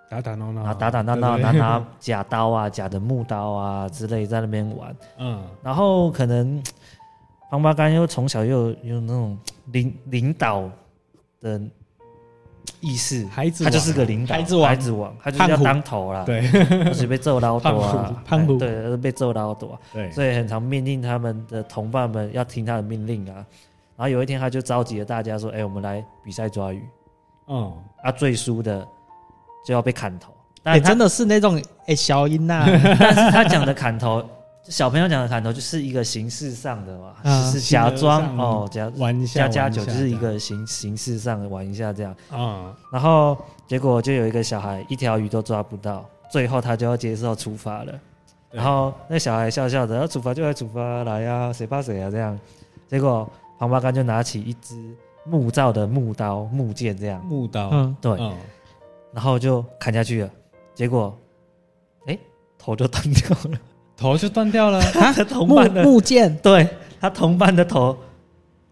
[SPEAKER 2] 打打闹闹，
[SPEAKER 3] 拿打打闹闹、
[SPEAKER 2] 对
[SPEAKER 3] 拿
[SPEAKER 2] 不对，
[SPEAKER 3] 拿 (laughs) 假刀啊、假的木刀啊之类在那边玩。
[SPEAKER 2] 嗯，
[SPEAKER 3] 然后可能庞巴干又从小又有有那种领领导的意识，
[SPEAKER 2] 孩子
[SPEAKER 3] 他就是
[SPEAKER 2] 王
[SPEAKER 3] 个领导，
[SPEAKER 1] 孩子王
[SPEAKER 3] 孩子王，他就是要
[SPEAKER 1] 胖虎
[SPEAKER 3] 当头啦， (laughs)
[SPEAKER 2] 对
[SPEAKER 3] 就是被揍到多啊，
[SPEAKER 1] 胖虎胖虎
[SPEAKER 3] 哎对，就是被揍到多啊，
[SPEAKER 2] 对，
[SPEAKER 3] 所以很常命令他们的同伴们要听他的命令啊。然后有一天，他就召集了大家说：“哎，我们来比赛抓鱼，
[SPEAKER 2] 嗯，
[SPEAKER 3] 啊，最输的就要被砍头。”
[SPEAKER 1] 哎，
[SPEAKER 3] 但他
[SPEAKER 1] 真的是那种哎小音
[SPEAKER 3] (laughs)
[SPEAKER 1] 呐，
[SPEAKER 3] 但是他讲的砍头，小朋友讲的砍头就是一个形式上的嘛，
[SPEAKER 1] 啊
[SPEAKER 3] 就是假装
[SPEAKER 2] 形而上
[SPEAKER 3] 哦，假
[SPEAKER 2] 玩一下
[SPEAKER 3] 加加
[SPEAKER 2] 玩
[SPEAKER 3] 酒
[SPEAKER 2] 下
[SPEAKER 3] 就是一个形形式上的玩一下这样。
[SPEAKER 2] 这样啊，
[SPEAKER 3] 然后结果就有一个小孩一条鱼都抓不到，最后他就要接受处罚了。
[SPEAKER 2] 对
[SPEAKER 3] 然后那小孩笑笑的，哦要处罚就来处罚，来呀、谁怕谁啊这样。结果庞巴干就拿起一支木造的木刀、木剑这样，
[SPEAKER 2] 木刀，
[SPEAKER 1] 嗯，
[SPEAKER 3] 对，
[SPEAKER 2] 嗯，
[SPEAKER 3] 然后就砍下去了。结果，哎，头就断掉了。
[SPEAKER 2] 头就断
[SPEAKER 3] (laughs)
[SPEAKER 2] 掉了，
[SPEAKER 3] 他的同
[SPEAKER 1] 木
[SPEAKER 3] 伴啊的，
[SPEAKER 1] 木 (laughs) 剑，
[SPEAKER 3] 对他同伴的头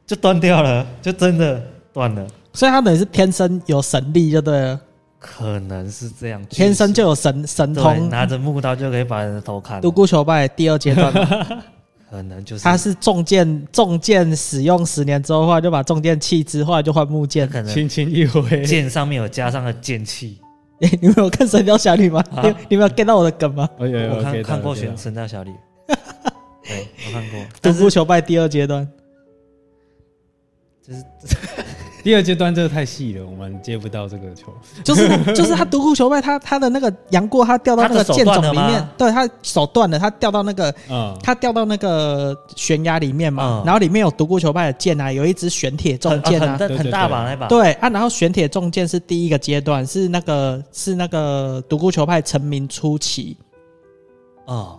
[SPEAKER 3] 就断掉了，就真的断了，
[SPEAKER 1] 所以他等于是天生有神力就对了，
[SPEAKER 3] 可能是这样，
[SPEAKER 1] 天生就有神神
[SPEAKER 3] 对
[SPEAKER 1] 通。
[SPEAKER 3] 拿着木刀就可以把人的头砍
[SPEAKER 1] 独
[SPEAKER 3] 了，
[SPEAKER 1] 孤求败第二阶段
[SPEAKER 3] (laughs)
[SPEAKER 1] 嘛，
[SPEAKER 3] 可能就是
[SPEAKER 1] 他是重剑，重剑使用十年之后，后来就把重剑弃之，后来就换木
[SPEAKER 3] (laughs)
[SPEAKER 1] 剑。 (laughs)
[SPEAKER 3] 可能
[SPEAKER 2] 轻轻一挥，
[SPEAKER 3] 剑上面有加上了剑气。
[SPEAKER 1] 你们有看《神雕侠侣》吗？
[SPEAKER 3] 啊
[SPEAKER 1] 你你们有 get 到我的梗吗？
[SPEAKER 2] 哦有有
[SPEAKER 3] 我
[SPEAKER 2] 有
[SPEAKER 3] 看
[SPEAKER 2] get 到
[SPEAKER 3] 看过《
[SPEAKER 2] 有 get
[SPEAKER 3] 神
[SPEAKER 2] 到
[SPEAKER 3] 神雕侠
[SPEAKER 1] (laughs)
[SPEAKER 3] 侣》，对我看过，
[SPEAKER 1] 独
[SPEAKER 3] 但
[SPEAKER 1] 孤
[SPEAKER 3] 是
[SPEAKER 1] 求败第二阶段，
[SPEAKER 3] 就是
[SPEAKER 2] 第二阶段这个太细了，我们接不到这个球。
[SPEAKER 1] 就是就是他独孤求败，他他的那个杨过，他掉到那个剑冢里
[SPEAKER 3] 他的手断了
[SPEAKER 1] 面
[SPEAKER 3] 吗，
[SPEAKER 1] 对他手断了，他掉到那个
[SPEAKER 2] 嗯，
[SPEAKER 1] 他掉到那个悬崖里面嘛，
[SPEAKER 3] 嗯
[SPEAKER 1] 然后里面有独孤求败的剑啊，有一支玄铁重
[SPEAKER 3] 很
[SPEAKER 1] 剑
[SPEAKER 3] 很
[SPEAKER 1] 啊，
[SPEAKER 2] 对
[SPEAKER 3] 大
[SPEAKER 2] 对
[SPEAKER 3] 很大
[SPEAKER 2] 对
[SPEAKER 3] 把那把，
[SPEAKER 1] 对啊，然后玄铁重剑是第一个阶段，是那个是那个独孤求败成名初期，
[SPEAKER 3] 哦，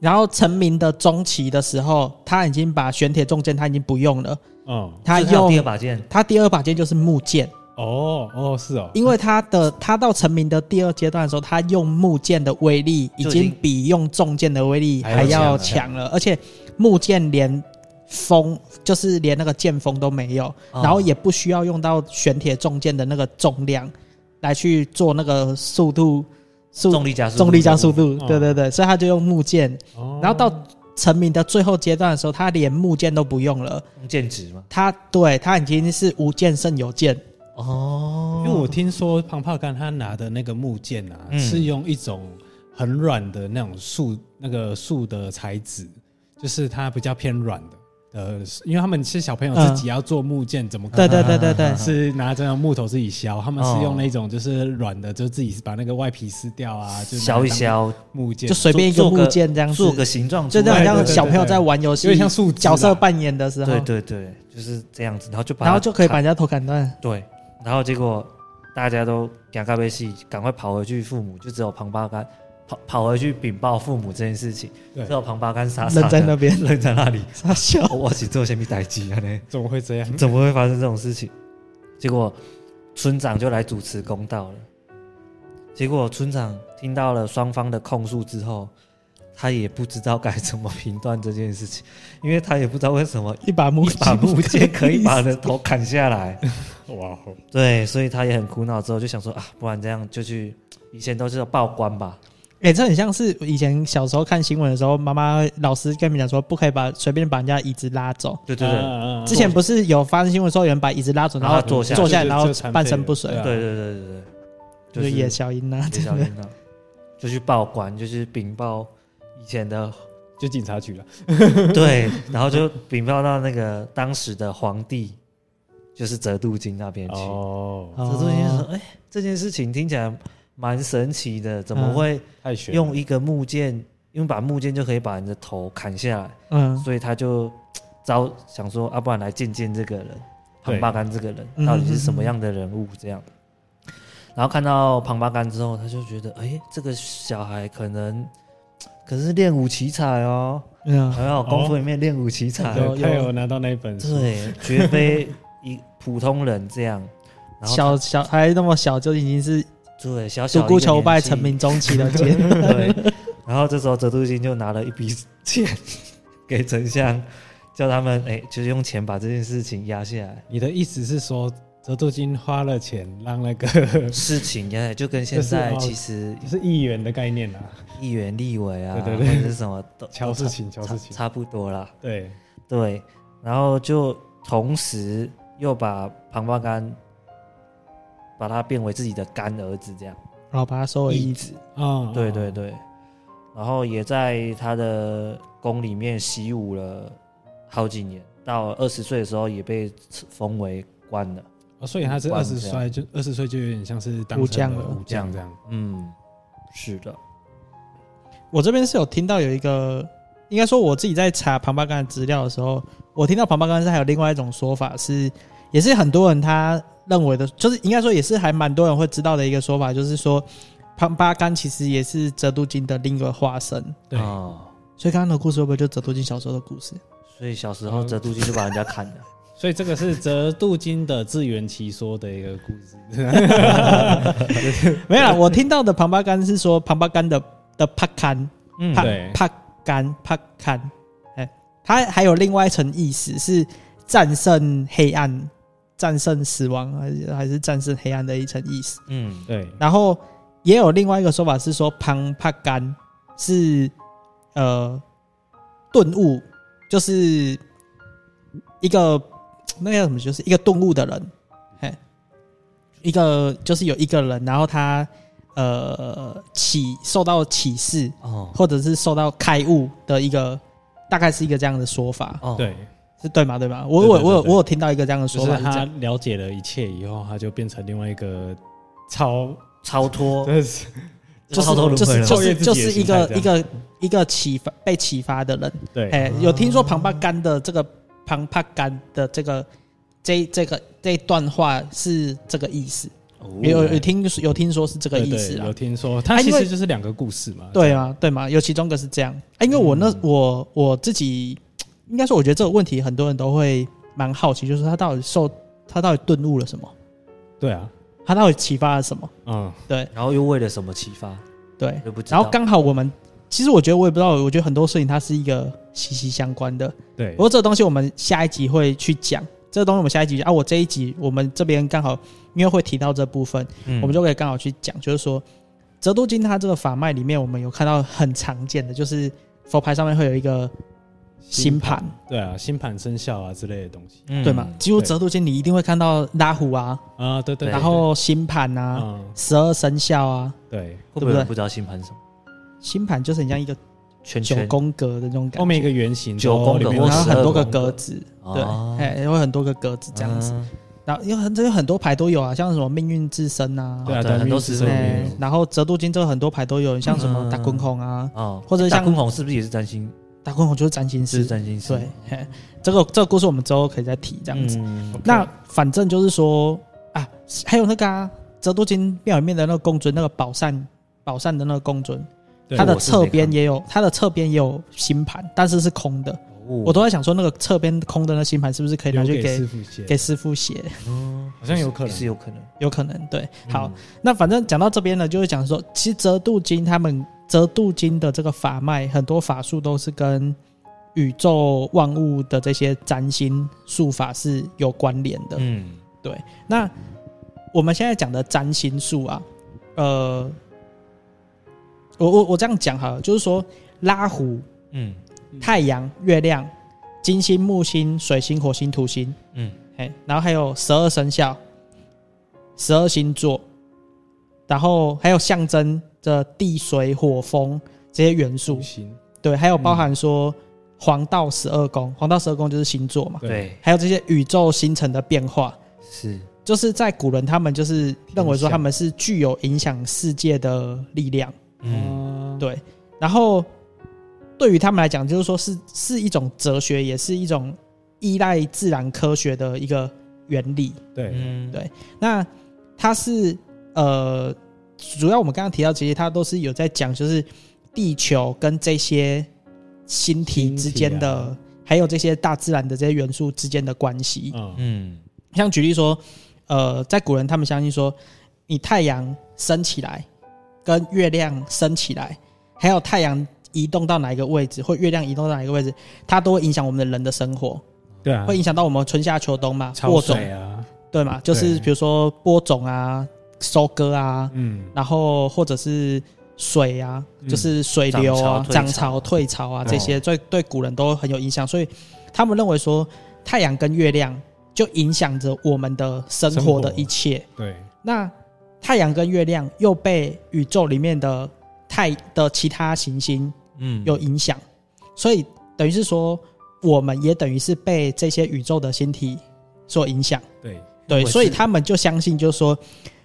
[SPEAKER 1] 然后成名的中期的时候，他已经把玄铁重剑他已经不用了，
[SPEAKER 2] 嗯，
[SPEAKER 1] 他
[SPEAKER 3] 所以有第二
[SPEAKER 1] 用
[SPEAKER 3] 把剑，
[SPEAKER 1] 他第二把剑就是木剑，
[SPEAKER 2] 哦哦是哦，
[SPEAKER 1] 因为他的他到成名的第二阶段的时候，他用木剑的威力已
[SPEAKER 3] 就已
[SPEAKER 1] 经
[SPEAKER 3] 经
[SPEAKER 1] 比用重剑的威力还
[SPEAKER 3] 还要
[SPEAKER 1] 要强
[SPEAKER 3] 强
[SPEAKER 1] 了，而且木剑连锋就是连那个剑锋都没有，
[SPEAKER 3] 哦
[SPEAKER 1] 然后也不需要用到玄铁重剑的那个重量来去做那个速度速
[SPEAKER 3] 重力加速，
[SPEAKER 1] 重力加速，度，
[SPEAKER 2] 哦
[SPEAKER 1] 对对对，所以他就用木剑，
[SPEAKER 2] 哦
[SPEAKER 1] 然后到成名的最后阶段的时候，他连木剑都不用了，
[SPEAKER 3] 用剑指嘛，
[SPEAKER 1] 他对他已经是无剑胜有剑。
[SPEAKER 3] 哦
[SPEAKER 2] 因为我听说庞帕干他拿的那个木剑啊，
[SPEAKER 3] 嗯
[SPEAKER 2] 是用一种很软的那种树那个树的材质，就是它比较偏软的，呃，因为他们是小朋友自己要做木剑，怎么可
[SPEAKER 1] 对
[SPEAKER 2] 能
[SPEAKER 1] 对对对
[SPEAKER 3] 啊
[SPEAKER 1] 对，
[SPEAKER 2] 是拿这种木头自己削？他们是
[SPEAKER 3] 哦
[SPEAKER 2] 用那种就是软的，就自己把那个外皮撕掉啊，就
[SPEAKER 3] 削一削，
[SPEAKER 2] 木剑
[SPEAKER 1] 就，随便一个
[SPEAKER 3] 做
[SPEAKER 1] 物件这样
[SPEAKER 3] 做
[SPEAKER 1] 子，
[SPEAKER 3] 个形状
[SPEAKER 1] 就
[SPEAKER 3] 出来，
[SPEAKER 1] 那好像
[SPEAKER 2] 对对对
[SPEAKER 1] 小朋友在玩游戏，
[SPEAKER 2] 有点像树啊枝
[SPEAKER 1] 角色
[SPEAKER 2] 啦
[SPEAKER 1] 扮演的时候，
[SPEAKER 3] 啊对对对，就是这样子，然后就把它
[SPEAKER 1] 哦然后就可以把
[SPEAKER 3] 砍
[SPEAKER 1] 人家头砍断。
[SPEAKER 3] 对，然后结果大家都赶快被戏，赶快跑回去父母，就只有庞巴干跑跑回去禀报父母这件事情，
[SPEAKER 2] 对
[SPEAKER 3] 只有庞巴干傻傻
[SPEAKER 1] 愣
[SPEAKER 3] 的
[SPEAKER 1] 在那
[SPEAKER 3] (laughs)
[SPEAKER 1] 边，嗯
[SPEAKER 3] 愣在那里，
[SPEAKER 1] 傻笑。
[SPEAKER 3] 哦我是做什么代志啊呢？
[SPEAKER 2] 怎么会这样？
[SPEAKER 3] (laughs) 怎么会发生这种事情？结果村长就来主持公道了。结果村长听到了双方的控诉之后，他也不知道该怎么评断这件事情，因为他也不知道为什么
[SPEAKER 1] 一把木
[SPEAKER 3] 一把木剑可以把
[SPEAKER 1] 把
[SPEAKER 3] 人的头砍下来。
[SPEAKER 2] 哇 (laughs) 哦，
[SPEAKER 3] 对，所以他也很苦恼，之后就想说啊，不然这样就去，以前都是要报官吧？
[SPEAKER 1] (laughs) 哎、这很像是以前小时候看新闻的时候，妈妈老师跟你们讲说，不可以把随便把人家椅子拉走。
[SPEAKER 3] 对对对，
[SPEAKER 2] 嗯
[SPEAKER 1] 之前不是有发生新闻说有人把椅子拉走，然
[SPEAKER 3] 然后
[SPEAKER 1] 后
[SPEAKER 3] 他坐下
[SPEAKER 1] 坐下来，
[SPEAKER 2] 就
[SPEAKER 1] 然后
[SPEAKER 2] 就残
[SPEAKER 1] 半
[SPEAKER 2] 废
[SPEAKER 1] 身
[SPEAKER 2] 了
[SPEAKER 1] 不遂
[SPEAKER 2] 对，啊
[SPEAKER 3] 对对对对对，
[SPEAKER 1] 就
[SPEAKER 3] 就是是
[SPEAKER 1] 野小英啊，
[SPEAKER 3] 野
[SPEAKER 1] 真
[SPEAKER 3] 小
[SPEAKER 1] 的
[SPEAKER 3] (laughs) 英啊，就去报官，就去禀报以前的
[SPEAKER 2] 就警察局了，
[SPEAKER 3] 对，然后就禀报到那个当时的皇帝，就是折度金那边去。
[SPEAKER 2] 哦，
[SPEAKER 3] 折度金就说
[SPEAKER 1] 哦：“
[SPEAKER 3] 哎、这件事情听起来蛮神奇的，怎么会
[SPEAKER 2] 太悬了，
[SPEAKER 3] 用一个木剑，用把木剑就可以把人的头砍下来？”
[SPEAKER 1] 嗯，
[SPEAKER 3] 所以他就招想说，啊要、不然来见见这个人，
[SPEAKER 2] 对
[SPEAKER 3] 庞巴干这个人
[SPEAKER 1] 嗯
[SPEAKER 3] 到底是什么样的人物这样。然后看到庞巴干之后，他就觉得，哎、这个小孩可能可是练武奇才哦，
[SPEAKER 1] 嗯，
[SPEAKER 3] 还有功夫里面练武奇才，
[SPEAKER 1] 有
[SPEAKER 2] 对他有拿到那一本书，
[SPEAKER 3] 对，绝非一普通人这样。然后
[SPEAKER 1] 小小还那么小就已经是
[SPEAKER 3] 对小小
[SPEAKER 1] 独
[SPEAKER 3] 的
[SPEAKER 1] 孤
[SPEAKER 3] 一个
[SPEAKER 1] 求
[SPEAKER 3] 年
[SPEAKER 1] 败、
[SPEAKER 3] 纪
[SPEAKER 1] 成名中期
[SPEAKER 3] (laughs)
[SPEAKER 1] 的 (laughs) 阶段。
[SPEAKER 2] (laughs)
[SPEAKER 3] 对，然后这时候折度金就拿了一笔钱给丞相，叫他们哎、就是用钱把这件事情压下来。
[SPEAKER 2] 你的意思是说，折度金花了钱
[SPEAKER 1] (laughs)
[SPEAKER 2] 让那个
[SPEAKER 3] 事情呀，就跟现
[SPEAKER 2] 就是
[SPEAKER 3] 在
[SPEAKER 2] 哦
[SPEAKER 3] 其实
[SPEAKER 2] 是议员的概念啊，
[SPEAKER 3] 议员、立委啊，
[SPEAKER 2] 对对
[SPEAKER 3] 或
[SPEAKER 2] 对
[SPEAKER 3] 者是什么都
[SPEAKER 2] 乔事情，
[SPEAKER 3] 都
[SPEAKER 2] 乔
[SPEAKER 3] 差
[SPEAKER 2] 事
[SPEAKER 3] 差
[SPEAKER 2] 情，
[SPEAKER 3] 差不多啦。
[SPEAKER 2] 对，
[SPEAKER 3] 对，然后就同时又把庞巴干把他变为自己的干儿子，这样
[SPEAKER 1] 然后把他收为义子。
[SPEAKER 3] 子。
[SPEAKER 2] 啊，
[SPEAKER 3] 对对对，然后也在他的宫里面习武了好几年，到二十岁的时候也被封为官了。
[SPEAKER 2] 哦，所以他是
[SPEAKER 3] 武
[SPEAKER 2] 二
[SPEAKER 3] 官
[SPEAKER 2] 十
[SPEAKER 3] 这样
[SPEAKER 2] 岁就二十岁就有点像是当
[SPEAKER 1] 武
[SPEAKER 2] 成
[SPEAKER 1] 将
[SPEAKER 2] 了
[SPEAKER 1] 了
[SPEAKER 2] 武将这样，
[SPEAKER 3] 嗯，是的，
[SPEAKER 1] 我这边是有听到有一个，应该说我自己在查庞巴干的资料的时候，我听到庞巴干是还有另外一种说法是，也是很多人他认为的，就是应该说也是还蛮多人会知道的一个说法，就是说庞巴干其实也是折度金的另一个化身。
[SPEAKER 2] 对，
[SPEAKER 3] 哦，
[SPEAKER 1] 所以刚刚的故事会不会就折度金小时候的故事？
[SPEAKER 3] 所以小时候
[SPEAKER 2] 嗯
[SPEAKER 3] 折度金就把人家砍了。
[SPEAKER 2] 所以这个是折度金的自圆其说的一个故事，
[SPEAKER 1] (laughs) 没有啦，我听到的庞巴干是说庞巴干的的帕坎
[SPEAKER 3] (laughs) 嗯
[SPEAKER 1] 帕
[SPEAKER 2] 对
[SPEAKER 1] 帕干帕坎，哎，它还有另外一层意思是战胜黑暗、战胜死亡，还是还是战胜黑暗的一层意思。
[SPEAKER 3] 嗯，
[SPEAKER 2] 对，
[SPEAKER 1] 然后也有另外一个说法是说庞帕干是呃顿悟，就是一个那个叫什么，就是一个顿悟的人，嘿，一个就是有一个人，然后他呃启受到启示，
[SPEAKER 3] 哦
[SPEAKER 1] 或者是受到开悟的一个，大概是一个这样的说法，
[SPEAKER 3] 哦，
[SPEAKER 2] 对，
[SPEAKER 1] 是对吗？对吧？我
[SPEAKER 2] 对
[SPEAKER 1] 我
[SPEAKER 2] 对
[SPEAKER 1] 我有
[SPEAKER 2] 对对
[SPEAKER 1] 我有听到一个这样的
[SPEAKER 2] 就
[SPEAKER 1] 说
[SPEAKER 2] 是
[SPEAKER 1] 法，是这
[SPEAKER 2] 他
[SPEAKER 1] 样
[SPEAKER 2] 了解了一切以后，他就变成另外一个
[SPEAKER 1] 哦
[SPEAKER 2] 超，
[SPEAKER 3] 超脱，
[SPEAKER 2] 真的
[SPEAKER 1] (laughs)
[SPEAKER 2] 是
[SPEAKER 1] 就
[SPEAKER 3] 超脱
[SPEAKER 1] 是
[SPEAKER 3] 轮
[SPEAKER 1] 就
[SPEAKER 3] 回
[SPEAKER 1] 是
[SPEAKER 3] 了。
[SPEAKER 1] 就
[SPEAKER 2] 超越
[SPEAKER 1] 是
[SPEAKER 2] 自己
[SPEAKER 1] 就
[SPEAKER 2] 的
[SPEAKER 1] 是一
[SPEAKER 2] 心态
[SPEAKER 1] 个
[SPEAKER 2] 这样
[SPEAKER 1] 一个一个启发被启发的人，
[SPEAKER 2] 对，啊
[SPEAKER 1] 哎、有听说庞巴干的这个庞巴干的这个这这个这一段话是这个意思，有有有听有听说是这个
[SPEAKER 2] 对
[SPEAKER 1] 意
[SPEAKER 2] 哦对
[SPEAKER 1] 思，啦
[SPEAKER 2] 有，听说，他
[SPEAKER 1] 哎
[SPEAKER 2] 其
[SPEAKER 1] 因为
[SPEAKER 2] 实就是两个故事
[SPEAKER 3] 啊
[SPEAKER 2] 嘛，
[SPEAKER 1] 对啊吗？对吗？有其中一个是这样，哎、因为我那、
[SPEAKER 3] 嗯
[SPEAKER 1] 我我自己应该说，我觉得这个问题很多人都会蛮好奇，就是他到底受他到底顿悟了什么，
[SPEAKER 2] 对啊，
[SPEAKER 1] 他到底启发了什么？
[SPEAKER 2] 嗯，
[SPEAKER 1] 对
[SPEAKER 3] 然后又为了什么启发，
[SPEAKER 1] 对，
[SPEAKER 3] 又不嗯知道。
[SPEAKER 1] 然后刚好我们其实我觉得我也不知道，我觉得很多事情它是一个息息相关的，
[SPEAKER 2] 对
[SPEAKER 1] 不，过这个东西我们下一集会去讲，这个东西我们下一集啊，我这一集我们这边刚好因为会提到这部分，
[SPEAKER 3] 嗯
[SPEAKER 1] 我们就可以刚好去讲，就是说折度金它这个法脉里面，我们有看到很常见的，就是佛牌上面会有一个星盘，
[SPEAKER 2] 对啊，星盘生肖啊之类的东西
[SPEAKER 3] 嗯
[SPEAKER 1] 对吗？几乎
[SPEAKER 2] 对
[SPEAKER 1] 折度金你一定会看到拉虎啊，
[SPEAKER 2] 啊，对对，
[SPEAKER 3] 对
[SPEAKER 1] 然后星盘
[SPEAKER 2] 对
[SPEAKER 1] 啊，
[SPEAKER 2] 嗯，
[SPEAKER 1] 十二生肖啊，
[SPEAKER 2] 对，
[SPEAKER 3] 会不会有人不知道星盘是什么？
[SPEAKER 1] 星盘就是很像一个
[SPEAKER 3] 圈
[SPEAKER 1] 九
[SPEAKER 3] 圈，
[SPEAKER 1] 宫格的那种感
[SPEAKER 2] 后面一
[SPEAKER 1] 觉，
[SPEAKER 2] 个圆形，
[SPEAKER 3] 九
[SPEAKER 2] 然后
[SPEAKER 3] 宫格
[SPEAKER 2] 里面
[SPEAKER 1] 然
[SPEAKER 2] 有
[SPEAKER 3] 或
[SPEAKER 1] 后
[SPEAKER 3] 十
[SPEAKER 1] 很
[SPEAKER 3] 二
[SPEAKER 1] 多个
[SPEAKER 3] 宫
[SPEAKER 1] 格子，对，
[SPEAKER 3] 哦
[SPEAKER 1] 哎，有很多个格子这样子。
[SPEAKER 3] 嗯
[SPEAKER 1] 然后因为很这有很多牌都有啊，像什么命运之声啊，
[SPEAKER 2] 对啊，
[SPEAKER 3] 哦
[SPEAKER 2] 对啊
[SPEAKER 3] 很多
[SPEAKER 2] 是
[SPEAKER 3] 十字路
[SPEAKER 1] 哎
[SPEAKER 3] 对嗯
[SPEAKER 1] 然后折度金这个很多牌都有，像什么打滚孔啊，
[SPEAKER 3] 哦，
[SPEAKER 1] 或者
[SPEAKER 3] 大
[SPEAKER 1] 像
[SPEAKER 3] 空红是不是也是占星？
[SPEAKER 1] 打滚孔就是占星
[SPEAKER 3] 是
[SPEAKER 1] 师，
[SPEAKER 3] 占星师，
[SPEAKER 1] 对，嘿这个这个故事我们之后可以再提这
[SPEAKER 3] 这
[SPEAKER 1] 样子。
[SPEAKER 3] 子
[SPEAKER 1] 那反正就是说啊，还有那个啊，折度金庙里面的那个公尊，那个宝扇宝扇的那个公尊，
[SPEAKER 2] 对
[SPEAKER 1] 它的
[SPEAKER 3] 我是
[SPEAKER 1] 侧
[SPEAKER 3] 没
[SPEAKER 1] 边
[SPEAKER 3] 看
[SPEAKER 1] 也有，它的侧边也有星盘，但是是空的。我
[SPEAKER 3] 我
[SPEAKER 1] 都在想说，那个侧边空的那星盘是不是可以拿
[SPEAKER 2] 留
[SPEAKER 1] 去
[SPEAKER 2] 给
[SPEAKER 1] 给
[SPEAKER 2] 师傅写，
[SPEAKER 1] 给师傅写？
[SPEAKER 2] 哦好像有可能
[SPEAKER 3] 是有可能。
[SPEAKER 1] 有可能对。好，
[SPEAKER 3] 嗯，
[SPEAKER 1] 那反正讲到这边呢，就是讲说，其实折度经他们折度经的这个法脉，很多法术都是跟宇宙万物的这些占星术法是有关联的。
[SPEAKER 3] 嗯，
[SPEAKER 1] 那我们现在讲的占星术啊，呃，我我我这样讲好了，就是说拉胡、
[SPEAKER 3] 嗯
[SPEAKER 1] 太阳、月亮、金星、木星、水星、火星、土星，
[SPEAKER 3] 嗯，
[SPEAKER 1] 哎，然后还有十二生肖、十二星座，然后还有象征着地、水、火、风这些元素
[SPEAKER 2] 五，行，
[SPEAKER 1] 对，还有包含说黄道十二宫，黄道十二宫就是星座嘛，
[SPEAKER 2] 对
[SPEAKER 3] 对，
[SPEAKER 1] 还有这些宇宙星辰的变化，
[SPEAKER 3] 是
[SPEAKER 1] 就是在古人他们就是认为说
[SPEAKER 2] 影响
[SPEAKER 1] 他们是具有影响世界的力量，
[SPEAKER 3] 嗯
[SPEAKER 2] 哦
[SPEAKER 1] 对然后对于他们来讲，就是说是是一种哲学，也是一种依赖自然科学的一个原理。
[SPEAKER 2] 对，
[SPEAKER 3] 嗯
[SPEAKER 1] 对那它是呃，主要我们刚刚提到，其实它都是有在讲，就是地球跟这些星体
[SPEAKER 2] 星体
[SPEAKER 1] 之间的，
[SPEAKER 2] 啊
[SPEAKER 1] 还有这些大自然的这些元素之间的关系。
[SPEAKER 2] 嗯，
[SPEAKER 3] 嗯
[SPEAKER 1] 像举例说，呃，在古人他们相信说，你太阳升起来，跟月亮升起来，还有太阳移动到哪一个位置，或月亮移动到哪一个位置，它都会影响我们的人的生活，
[SPEAKER 2] 对啊，
[SPEAKER 1] 会影响到我们春夏秋冬嘛，
[SPEAKER 2] 潮
[SPEAKER 1] 播种
[SPEAKER 2] 水啊，
[SPEAKER 1] 对嘛，就是
[SPEAKER 2] 对
[SPEAKER 1] 比如说播种啊、收割啊，
[SPEAKER 2] 嗯，
[SPEAKER 1] 然后或者是水啊，
[SPEAKER 2] 嗯
[SPEAKER 1] 就是水流啊、涨
[SPEAKER 3] 涨潮退潮
[SPEAKER 1] 潮、退潮啊
[SPEAKER 3] 哦
[SPEAKER 1] 这些，对对古人都很有影响，所以他们认为说太阳跟月亮就影响着我们的生
[SPEAKER 2] 生
[SPEAKER 1] 活
[SPEAKER 2] 活
[SPEAKER 1] 的一切。
[SPEAKER 2] 对，
[SPEAKER 1] 那太阳跟月亮又被宇宙里面的太的其他行星
[SPEAKER 3] 嗯
[SPEAKER 1] 有影响，所以等于是说，我们也等于是被这些宇宙的星体所影响。
[SPEAKER 2] 对，
[SPEAKER 1] 对，
[SPEAKER 3] 我
[SPEAKER 1] 所以
[SPEAKER 3] 是
[SPEAKER 1] 他们就相信，就是说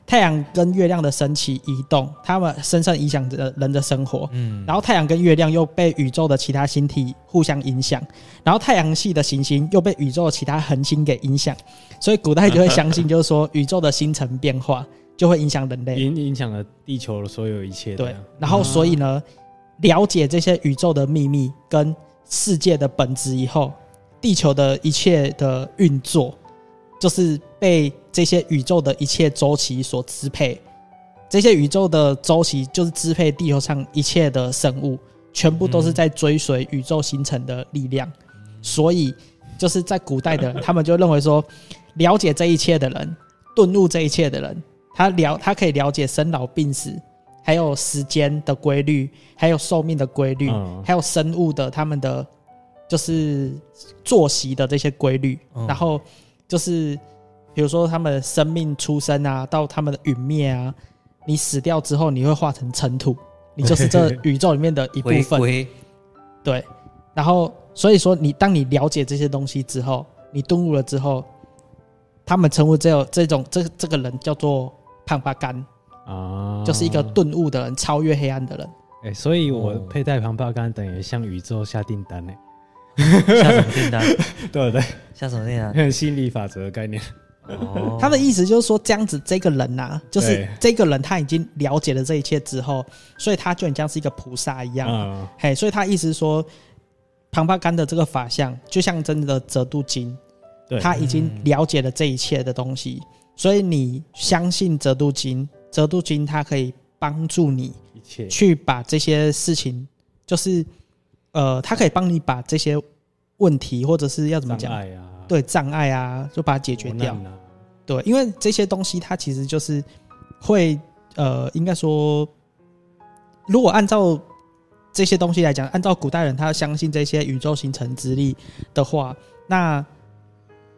[SPEAKER 1] 太阳跟月亮的升起移动，他们深深影响着人的生活。
[SPEAKER 3] 嗯，
[SPEAKER 1] 然后太阳跟月亮又被宇宙的其他星体互相影响，然后太阳系的行星又被宇宙的其他恒星给影响，所以古代就会相
[SPEAKER 3] (laughs)
[SPEAKER 1] 信，就是说宇宙的星辰变化就会影响人类。
[SPEAKER 2] 影影响了地球的所有一切，
[SPEAKER 1] 对
[SPEAKER 2] 啊，
[SPEAKER 1] 然后所以呢，了解这些宇宙的秘密跟世界的本质以后，地球的一切的运作，就是被这些宇宙的一切周期所支配。这些宇宙的周期就是支配地球上一切的生物，全部都
[SPEAKER 2] 嗯
[SPEAKER 1] 是在追随宇宙形成的力量。所以，就是在古代的人，他们就认为说，了解这一切的人，顿悟这一切的人，他了他可以了解生老病死，还有时间的规律，还有寿命的规律，
[SPEAKER 2] 嗯
[SPEAKER 1] 还有生物的他们的就是作息的这些规律，
[SPEAKER 3] 嗯
[SPEAKER 1] 然后就是比如说他们的生命出生啊，到他们的陨灭啊，你死掉之后你会化成尘土，你就是这宇宙里面的一部
[SPEAKER 3] 回
[SPEAKER 1] 分，
[SPEAKER 3] 归
[SPEAKER 1] 对，然后所以说你当你了解这些东西之后，你顿悟了之后，他们称呼这种这种这这个人叫做胖巴干，
[SPEAKER 2] 啊，
[SPEAKER 1] 就是一个顿悟的人，超越黑暗的人。
[SPEAKER 2] 哎，所以我
[SPEAKER 3] 哦
[SPEAKER 2] 佩戴旁巴杆等于向宇宙下订单呢，
[SPEAKER 3] 下什么
[SPEAKER 2] (laughs)
[SPEAKER 3] 订单？
[SPEAKER 2] 对不
[SPEAKER 1] (laughs)
[SPEAKER 3] 下什么订单？
[SPEAKER 2] 对？心理法则的概念，
[SPEAKER 3] 哦
[SPEAKER 1] 他的意思就是说，这样子这个人呐、啊就是
[SPEAKER 2] 对
[SPEAKER 1] 这个人他已经了解了这一切之后，所以他就很像是一个菩萨一样。啊
[SPEAKER 2] 嗯，
[SPEAKER 1] 嘿，所以他意思是说，庞巴干的这个法相就象征着折度经，
[SPEAKER 2] 对，
[SPEAKER 1] 他已经了解了这一切的东西，所以你相信折度经，折度经它可以帮助你
[SPEAKER 2] 一切
[SPEAKER 1] 去把这些事情，就是呃，它可以帮你把这些问题或者是要怎么
[SPEAKER 2] 障
[SPEAKER 1] 讲，
[SPEAKER 2] 碍啊，
[SPEAKER 1] 对障碍啊，就把它解决
[SPEAKER 2] 磨
[SPEAKER 1] 掉
[SPEAKER 2] 难。啊，
[SPEAKER 1] 对，因为这些东西它其实就是会呃，应该说，如果按照这些东西来讲，按照古代人他相信这些宇宙形成之力的话，那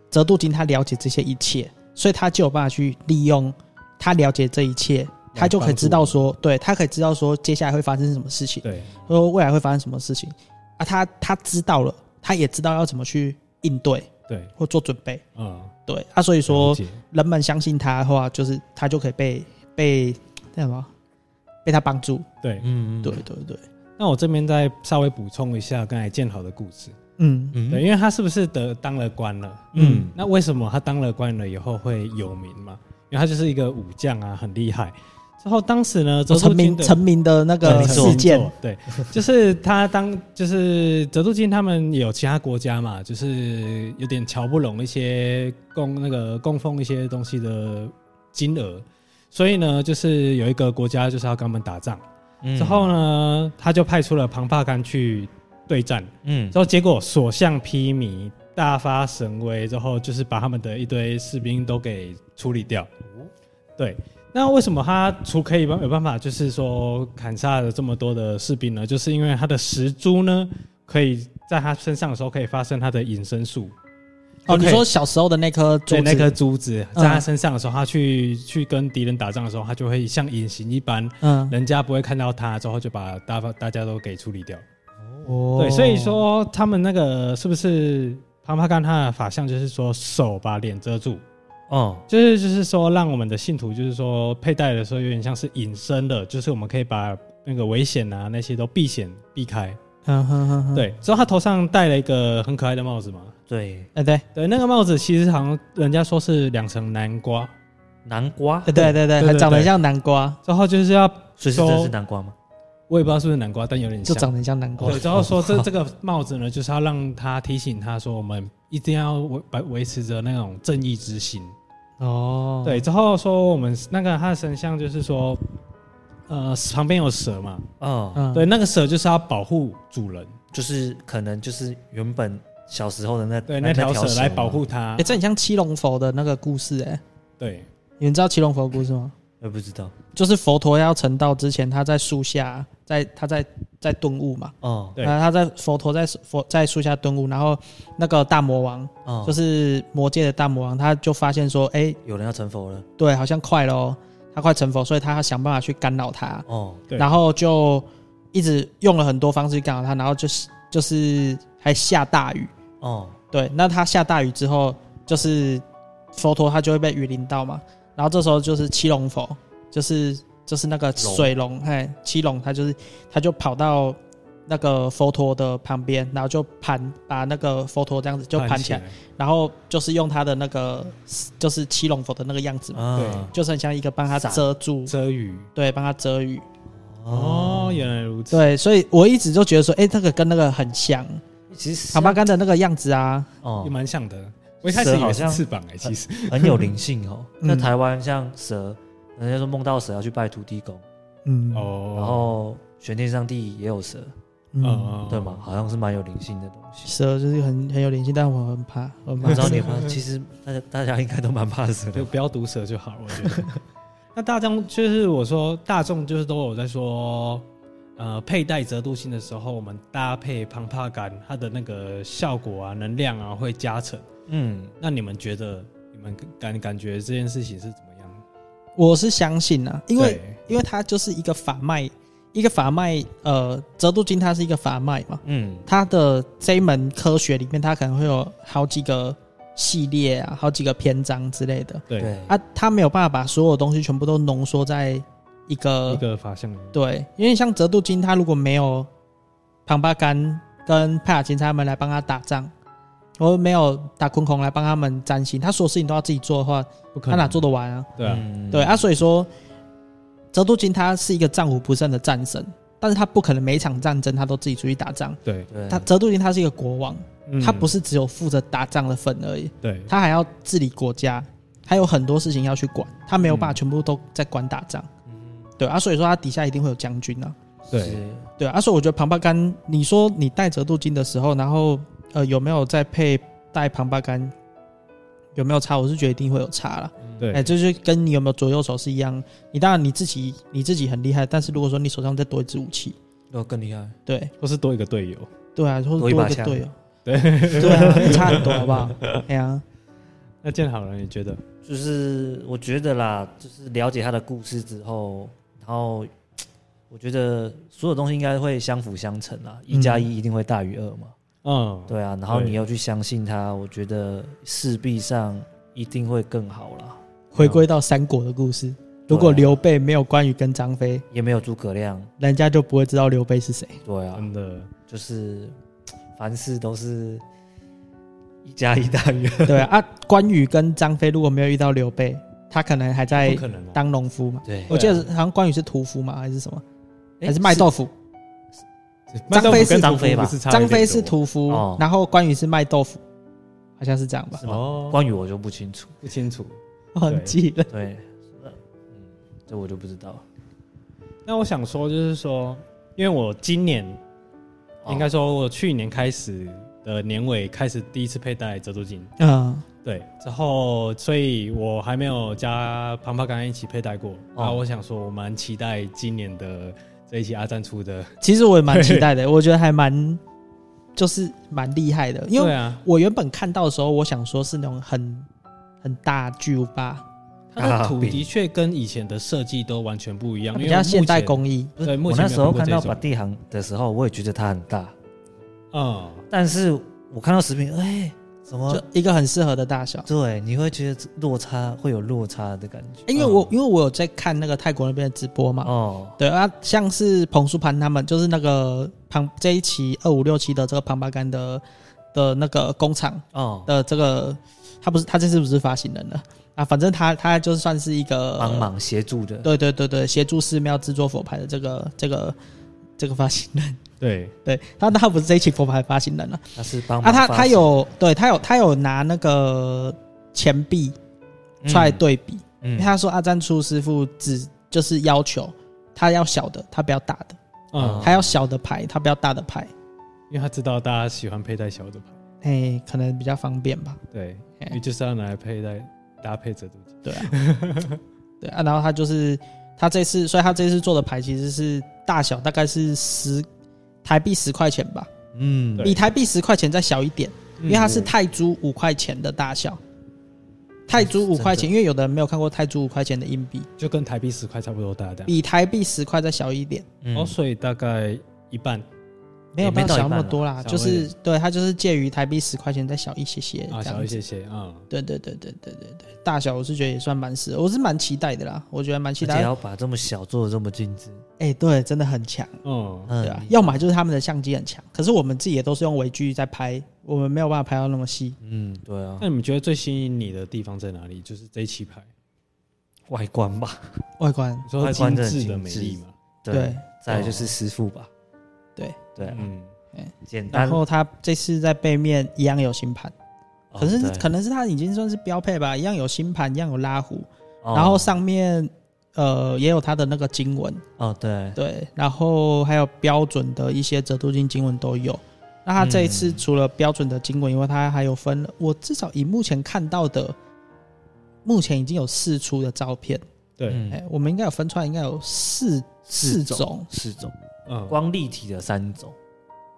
[SPEAKER 1] 折度金他了解这些一切，所以他就有办法去利用他了解这一切，他就可以知道说，对他可以知道说接下来会发生什么事情，
[SPEAKER 2] 对
[SPEAKER 1] 说未来会发生什么事情啊，他他知道了，他也知道要怎么去应对
[SPEAKER 2] 对，
[SPEAKER 1] 或做准备，
[SPEAKER 2] 嗯，
[SPEAKER 1] 对啊，所以
[SPEAKER 2] 了
[SPEAKER 1] 说
[SPEAKER 2] 解
[SPEAKER 1] 人们相信他的话，就是他就可以被被那什么被他帮助，
[SPEAKER 2] 对。
[SPEAKER 3] 嗯，嗯
[SPEAKER 1] 对，对对，
[SPEAKER 2] 那我这边再稍微补充一下刚才建豪的故事，
[SPEAKER 1] 嗯
[SPEAKER 3] 嗯
[SPEAKER 2] 对，因为他是不是得当了官了？
[SPEAKER 3] 嗯
[SPEAKER 2] 那为什么他当了官了以后会有名嘛？因为他就是一个武将啊，很厉害。之后当时呢，泽
[SPEAKER 1] 成
[SPEAKER 2] 度金
[SPEAKER 1] 名
[SPEAKER 2] 的
[SPEAKER 1] 成名的那个
[SPEAKER 2] 对
[SPEAKER 1] 事件，，
[SPEAKER 2] 对，就是他当就是泽度金他们有其他国家嘛，就是有点瞧不拢一些供那个供奉一些东西的金额，所以呢，就是有一个国家就是要跟他们打仗，
[SPEAKER 3] 嗯
[SPEAKER 2] 之后，呢，他就派出了庞帕干去对战，
[SPEAKER 3] 嗯
[SPEAKER 2] 之后结果所向披靡，大发神威，之后就是把他们的一堆士兵都给处理掉。
[SPEAKER 1] 哦
[SPEAKER 2] 对，那为什么他除可以办有办法，就是说砍杀了这么多的士兵呢？就是因为他的石珠呢，可以在他身上的时候可以发生他的隐身术。
[SPEAKER 1] 哦，你
[SPEAKER 2] OK
[SPEAKER 1] 说小时候的那颗珠
[SPEAKER 2] 对
[SPEAKER 1] 子，
[SPEAKER 2] 那颗珠子在他
[SPEAKER 1] 嗯
[SPEAKER 2] 身上的时候，他去去跟敌人打仗的时候，他就会像隐形一般，
[SPEAKER 1] 嗯，
[SPEAKER 2] 人家不会看到他，之后就把大大家都给处理掉。
[SPEAKER 1] 哦
[SPEAKER 2] 对，所以说他们那个是不是庞帕干他的法相就是说手把脸遮住，
[SPEAKER 3] 哦，
[SPEAKER 2] 就是就是说让我们的信徒就是说佩戴的时候有点像是隐身的，就是我们可以把那个危险啊那些都避险避开。
[SPEAKER 1] 嗯哼哼哼，
[SPEAKER 2] 对，之后他头上戴了一个很可爱的帽子嘛，
[SPEAKER 3] 对，
[SPEAKER 1] 哎对
[SPEAKER 2] 对，那个帽子其实好像人家说是两层南瓜，
[SPEAKER 3] 南瓜，
[SPEAKER 1] 哎对对
[SPEAKER 2] 对
[SPEAKER 1] 对，
[SPEAKER 2] 对
[SPEAKER 1] 还长得
[SPEAKER 2] 对
[SPEAKER 1] 像南瓜，
[SPEAKER 2] 之后就是要
[SPEAKER 3] 所以是真是南瓜吗？
[SPEAKER 2] 我也不知道是不是南瓜，但有点
[SPEAKER 1] 就
[SPEAKER 2] 像。
[SPEAKER 1] 长得像南瓜
[SPEAKER 2] 对，，然后说这这个帽子呢，就是要让他提醒他说，我们一定要维维维持着那种正义之心。
[SPEAKER 1] 哦，
[SPEAKER 2] 对，之后说我们那个他的神像就是说，呃，旁边有蛇嘛，
[SPEAKER 3] 哦，
[SPEAKER 1] 嗯，
[SPEAKER 2] 对，那个蛇就是要保护主人，
[SPEAKER 3] 就是可能就是原本小时候的那
[SPEAKER 2] 对，那条蛇来保，护
[SPEAKER 3] 嘛
[SPEAKER 2] 他
[SPEAKER 1] 哎，。这很像七龙佛的那个故事，哎，
[SPEAKER 2] 对，
[SPEAKER 1] 你们知道七龙佛的故事吗？
[SPEAKER 3] 我不知道，
[SPEAKER 1] 就是佛陀要成道之前，他在树下，在他在在顿悟嘛，
[SPEAKER 3] 哦，
[SPEAKER 2] 对
[SPEAKER 1] 然后他在佛陀在佛在树下顿悟，然后那个大魔王
[SPEAKER 3] 哦，
[SPEAKER 1] 就是是魔界的大魔王，他就发现说，哎，
[SPEAKER 3] 有人要成佛了，
[SPEAKER 1] 对，好像快了哦，他快成佛，所以他想办法去干扰他，
[SPEAKER 3] 哦，
[SPEAKER 2] 对
[SPEAKER 1] 然后就一直用了很多方式去干扰他，然后就是就是还下大雨，
[SPEAKER 3] 哦，
[SPEAKER 1] 对，那他下大雨之后，就是佛陀他就会被雨淋到嘛，然后这时候就是七龙佛，就是就是那个水龙，嘿，七龙他就是他就跑到那个佛陀的旁边，然后就盘把那个佛陀这样子就盘起来，，然后就是用他的那个就是七龙佛的那个样子嘛，
[SPEAKER 3] 啊，
[SPEAKER 1] 就是很像一个帮他
[SPEAKER 3] 伞
[SPEAKER 1] 遮住，
[SPEAKER 2] 遮雨。
[SPEAKER 1] 对，帮他遮雨，
[SPEAKER 2] 哦，原来如此。
[SPEAKER 1] 对，所以我一直就觉得说，哎、这个跟那个很像，
[SPEAKER 3] 其实
[SPEAKER 1] 卡巴干的那个样子啊，
[SPEAKER 2] 也
[SPEAKER 3] 哦，
[SPEAKER 2] 蛮像的。我一开始以为是
[SPEAKER 3] 蛇好像
[SPEAKER 2] 翅膀哎、其实
[SPEAKER 3] (laughs) 很有灵性哦。
[SPEAKER 1] 嗯
[SPEAKER 3] 那台湾像蛇，人家说梦到蛇要去拜土地公，
[SPEAKER 1] 嗯，
[SPEAKER 2] 哦，
[SPEAKER 3] 然后玄天上帝也有蛇，
[SPEAKER 1] 嗯，
[SPEAKER 2] 哦
[SPEAKER 3] 对吗？？好像是蛮有灵性的东西。
[SPEAKER 1] 蛇就是很很有灵性，但我很怕，我很
[SPEAKER 3] 我
[SPEAKER 1] 怕
[SPEAKER 3] 知道
[SPEAKER 1] 蛇
[SPEAKER 3] 你们其实大家大家应该都蛮怕蛇
[SPEAKER 2] (laughs) 就
[SPEAKER 3] 的。
[SPEAKER 2] 不要毒蛇就好了，我觉得。 (laughs) 那大众就是我说大众就是都有在说，呃，佩戴折度芯的时候，我们搭配庞帕感，它的那个效果啊、能量啊会加成。
[SPEAKER 3] 嗯，
[SPEAKER 2] 那你们觉得，你们感感觉这件事情是怎么样？
[SPEAKER 1] (laughs) 我是相信啊，因为
[SPEAKER 2] 对
[SPEAKER 1] 因为它就是一个法脉，一个法脉，呃，折度经它是一个法脉嘛，
[SPEAKER 3] 嗯，
[SPEAKER 1] 它的这一门科学里面，它可能会有好几个系列啊，好几个篇章之类的
[SPEAKER 2] 对
[SPEAKER 3] 对，
[SPEAKER 1] 啊，它没有办法把所有东西全部都浓缩在一个
[SPEAKER 2] 一个法相里面，
[SPEAKER 1] 对，因为像折度金，他如果没有庞巴干跟派雅金他们来帮他打仗，或没有打昆孔来帮他们占星，他所有事情都要自己做的话，
[SPEAKER 2] 不可
[SPEAKER 1] 他
[SPEAKER 2] 能
[SPEAKER 1] 哪做得完啊？
[SPEAKER 2] 对啊，
[SPEAKER 3] 嗯
[SPEAKER 1] 对啊，，所以说折度金他是一个战无不胜的战神，但是他不可能每一场战争他都自己出去打仗。
[SPEAKER 2] 对，
[SPEAKER 3] 对，
[SPEAKER 1] 他折度金他是一个国王，
[SPEAKER 2] 嗯
[SPEAKER 1] 他不是只有负责打仗的份而已，
[SPEAKER 2] 对
[SPEAKER 1] 他还要治理国家，还有很多事情要去管，他没有办法
[SPEAKER 2] 嗯
[SPEAKER 1] 全部都在管打仗。
[SPEAKER 3] 嗯
[SPEAKER 1] 对啊，所以说他底下一定会有将军啊。
[SPEAKER 2] 对
[SPEAKER 3] 是
[SPEAKER 1] 对啊，所以我觉得庞巴干，你说你戴折度金的时候，然后呃有没有再配戴庞巴干，有没有差？我是觉得一定会有差啦。哎、
[SPEAKER 2] 对，
[SPEAKER 1] 这就是跟你有没有左右手是一样。你当然你自己你自己很厉害，但是如果说你手上再多一支武器，
[SPEAKER 3] 都更厉害。
[SPEAKER 1] 对
[SPEAKER 2] 或是多一个队友，
[SPEAKER 1] 对啊，或者
[SPEAKER 3] 多
[SPEAKER 1] 多
[SPEAKER 3] 一
[SPEAKER 1] 一
[SPEAKER 3] 把
[SPEAKER 1] 个
[SPEAKER 3] 枪
[SPEAKER 1] 队友， (laughs)
[SPEAKER 2] 对。
[SPEAKER 1] 对啊，差很多好不好？哎呀、
[SPEAKER 2] 那建好了，你觉得？
[SPEAKER 3] 就是我觉得啦，就是了解他的故事之后，然后我觉得所有东西应该会相辅相成啦，一加一一定会大于二嘛。
[SPEAKER 2] 嗯，
[SPEAKER 3] 对啊，然后
[SPEAKER 2] 对
[SPEAKER 3] 你要去相信他，我觉得势必上一定会更好啦。
[SPEAKER 1] 回归到三国的故事，如果
[SPEAKER 3] 对啊
[SPEAKER 1] 刘备没有关羽跟张飞，
[SPEAKER 3] 也没有诸葛亮，
[SPEAKER 1] 人家就不会知道刘备是谁。
[SPEAKER 3] 对啊，
[SPEAKER 2] 真的，
[SPEAKER 3] 就是凡事都是一加一大于二。
[SPEAKER 1] 对啊，啊关羽跟张飞如果没有遇到刘备，他可能还
[SPEAKER 2] 不
[SPEAKER 1] 在
[SPEAKER 2] 可能啊，
[SPEAKER 1] 当农夫嘛。
[SPEAKER 3] 对，
[SPEAKER 1] 我记得好像关羽是屠夫嘛，还是什么？(laughs)
[SPEAKER 3] 诶
[SPEAKER 1] 还是卖豆腐？
[SPEAKER 2] 麦当劳
[SPEAKER 1] 张飞是
[SPEAKER 2] 跟
[SPEAKER 3] 张飞吧
[SPEAKER 2] 不是差一点
[SPEAKER 1] 张飞是
[SPEAKER 2] 多
[SPEAKER 1] 屠夫
[SPEAKER 3] 哦，
[SPEAKER 1] 然后关羽是卖豆腐，好像是这样吧？
[SPEAKER 3] 是吗？
[SPEAKER 2] 哦，
[SPEAKER 3] 关羽我就不清楚，
[SPEAKER 2] 不清楚。
[SPEAKER 1] 忘记了。
[SPEAKER 3] 对，呃嗯，这我就不知道了。
[SPEAKER 2] 那我想说，就是说，因为我今年
[SPEAKER 3] 哦
[SPEAKER 2] 应该说，我去年开始的年尾开始第一次佩戴折度镜，
[SPEAKER 1] 嗯，
[SPEAKER 2] 对，之后所以我还没有加庞庞刚一起佩戴过。
[SPEAKER 3] 哦
[SPEAKER 2] 然后我想说，我蛮期待今年的这一期阿赞出的，
[SPEAKER 1] 其实我也蛮期待的，我觉得还蛮就是蛮厉害的，因
[SPEAKER 2] 对
[SPEAKER 1] 为
[SPEAKER 2] 啊，
[SPEAKER 1] 我原本看到的时候，我想说是那种很很大巨无霸，
[SPEAKER 2] 它的图
[SPEAKER 3] 啊比
[SPEAKER 2] 的确跟以前的设计都完全不一样，
[SPEAKER 1] 它
[SPEAKER 2] 因
[SPEAKER 1] 啊比较
[SPEAKER 2] 为目
[SPEAKER 1] 现代
[SPEAKER 2] 前，
[SPEAKER 1] 工艺。
[SPEAKER 3] 不是
[SPEAKER 2] 对目
[SPEAKER 3] 我
[SPEAKER 2] 前
[SPEAKER 3] 那
[SPEAKER 2] 没有
[SPEAKER 3] 时候
[SPEAKER 2] 看过
[SPEAKER 3] 看
[SPEAKER 2] 这
[SPEAKER 3] 到
[SPEAKER 2] 种
[SPEAKER 3] 把地行的时候，我也觉得它很大，
[SPEAKER 2] 嗯，
[SPEAKER 3] 但是我看到食品，哎、怎
[SPEAKER 2] 哦
[SPEAKER 3] 么
[SPEAKER 1] 就一个很适合的大小。
[SPEAKER 3] 对？你会觉得落差会有落差的感觉。
[SPEAKER 2] 嗯
[SPEAKER 1] 因为我、因为我有在看那个泰国那边的直播嘛，
[SPEAKER 3] 哦，
[SPEAKER 1] 对啊，像是彭书盘他们，就是那个庞这一期二五六七的这个庞巴干的的那个工厂
[SPEAKER 3] 哦，
[SPEAKER 1] 的这个，他不是他这次不是发行人了啊，反正他他就算是一个
[SPEAKER 3] 帮，忙协助的，
[SPEAKER 1] 呃对对对对，协助寺庙制作佛牌的这个这个这个发行人， (laughs)
[SPEAKER 2] 对，
[SPEAKER 1] 对他他不是这一期佛牌发行人了
[SPEAKER 3] 他是帮
[SPEAKER 1] 啊，
[SPEAKER 3] 忙发
[SPEAKER 1] 他
[SPEAKER 3] 起。
[SPEAKER 1] 他有对他有他有拿那个钱币出来对比，因
[SPEAKER 3] 嗯，
[SPEAKER 1] 为
[SPEAKER 3] 嗯，
[SPEAKER 1] 他说阿赞初师傅只就是要求他要小的，他不要大的，
[SPEAKER 2] 嗯
[SPEAKER 3] 哦，
[SPEAKER 1] 他要小的牌，他不要大的牌，
[SPEAKER 2] 因为他知道大家喜欢佩戴小的牌，
[SPEAKER 1] 哎、可能比较方便吧。
[SPEAKER 2] 对，
[SPEAKER 1] 哎
[SPEAKER 2] 因为就是要拿来佩戴搭配折度镜。
[SPEAKER 1] 对啊，对啊，然后他就是他这次，所以他这次做的牌其实是大小大概是十台币十块钱吧，
[SPEAKER 3] 嗯，
[SPEAKER 2] 对嗯
[SPEAKER 1] 比台币十块钱再小一点，因为它是泰铢五块钱的大小。泰铢五块钱，因为有的人没有看过泰铢五块钱的硬币，
[SPEAKER 2] 就跟台币十块差不多大的，
[SPEAKER 1] 比台币十块再小一点。
[SPEAKER 3] 嗯
[SPEAKER 2] 哦，所以大概一半
[SPEAKER 1] 没有
[SPEAKER 3] 也没
[SPEAKER 1] 办法
[SPEAKER 3] 到一
[SPEAKER 1] 想那么
[SPEAKER 3] 半啦
[SPEAKER 1] 多啦，
[SPEAKER 2] 稍
[SPEAKER 1] 就
[SPEAKER 2] 微
[SPEAKER 1] 是对它就是介于台币十块钱再小一些些
[SPEAKER 2] 啊，
[SPEAKER 1] 这
[SPEAKER 2] 小
[SPEAKER 1] 样
[SPEAKER 2] 一
[SPEAKER 1] 子。
[SPEAKER 2] 些些啊。
[SPEAKER 1] 对对对对对对对，大小我是觉得也算蛮适合，我是蛮期待的啦，我觉得蛮期
[SPEAKER 3] 而且
[SPEAKER 1] 待。
[SPEAKER 3] 要把这么小做的这么精致，
[SPEAKER 1] 哎、对，真的很强，
[SPEAKER 2] 嗯，
[SPEAKER 3] 嗯，
[SPEAKER 1] 对啊，要么就是他们的相机很强，可是我们自己也都是用微距在拍，我们没有办法拍到那么细。
[SPEAKER 3] 嗯，对啊，
[SPEAKER 2] 那你们觉得最吸引你的地方在哪里？就是这一期牌，
[SPEAKER 3] 外观吧，
[SPEAKER 1] 外观
[SPEAKER 2] 你说
[SPEAKER 3] 外
[SPEAKER 2] 精
[SPEAKER 3] 观真的
[SPEAKER 2] 致的
[SPEAKER 3] 精
[SPEAKER 2] 美
[SPEAKER 3] 致
[SPEAKER 2] 丽嘛？
[SPEAKER 1] 对
[SPEAKER 3] 再来就是师傅吧，
[SPEAKER 1] 对
[SPEAKER 3] 对啊，
[SPEAKER 2] 嗯，
[SPEAKER 3] 简单
[SPEAKER 1] 然，后它这次在背面一样有星盘，
[SPEAKER 3] 哦
[SPEAKER 1] 可是
[SPEAKER 3] 对
[SPEAKER 1] 可能是它已经算是标配吧，一样有星盘，一样有拉弧，
[SPEAKER 3] 哦
[SPEAKER 1] 然后上面呃也有它的那个经文，
[SPEAKER 3] 哦，对，
[SPEAKER 1] 对，然后还有标准的一些折度经经文都有。那它这一次
[SPEAKER 3] 嗯
[SPEAKER 1] 除了标准的经文以外，它还有分了。我至少以目前看到的，目前已经有四出的照片，
[SPEAKER 2] 对，
[SPEAKER 1] 哎、
[SPEAKER 3] 嗯，
[SPEAKER 1] 我们应该有分出来，应该有四四
[SPEAKER 3] 四种
[SPEAKER 1] 种，
[SPEAKER 3] 四种
[SPEAKER 2] 嗯，
[SPEAKER 3] 光立体的三种，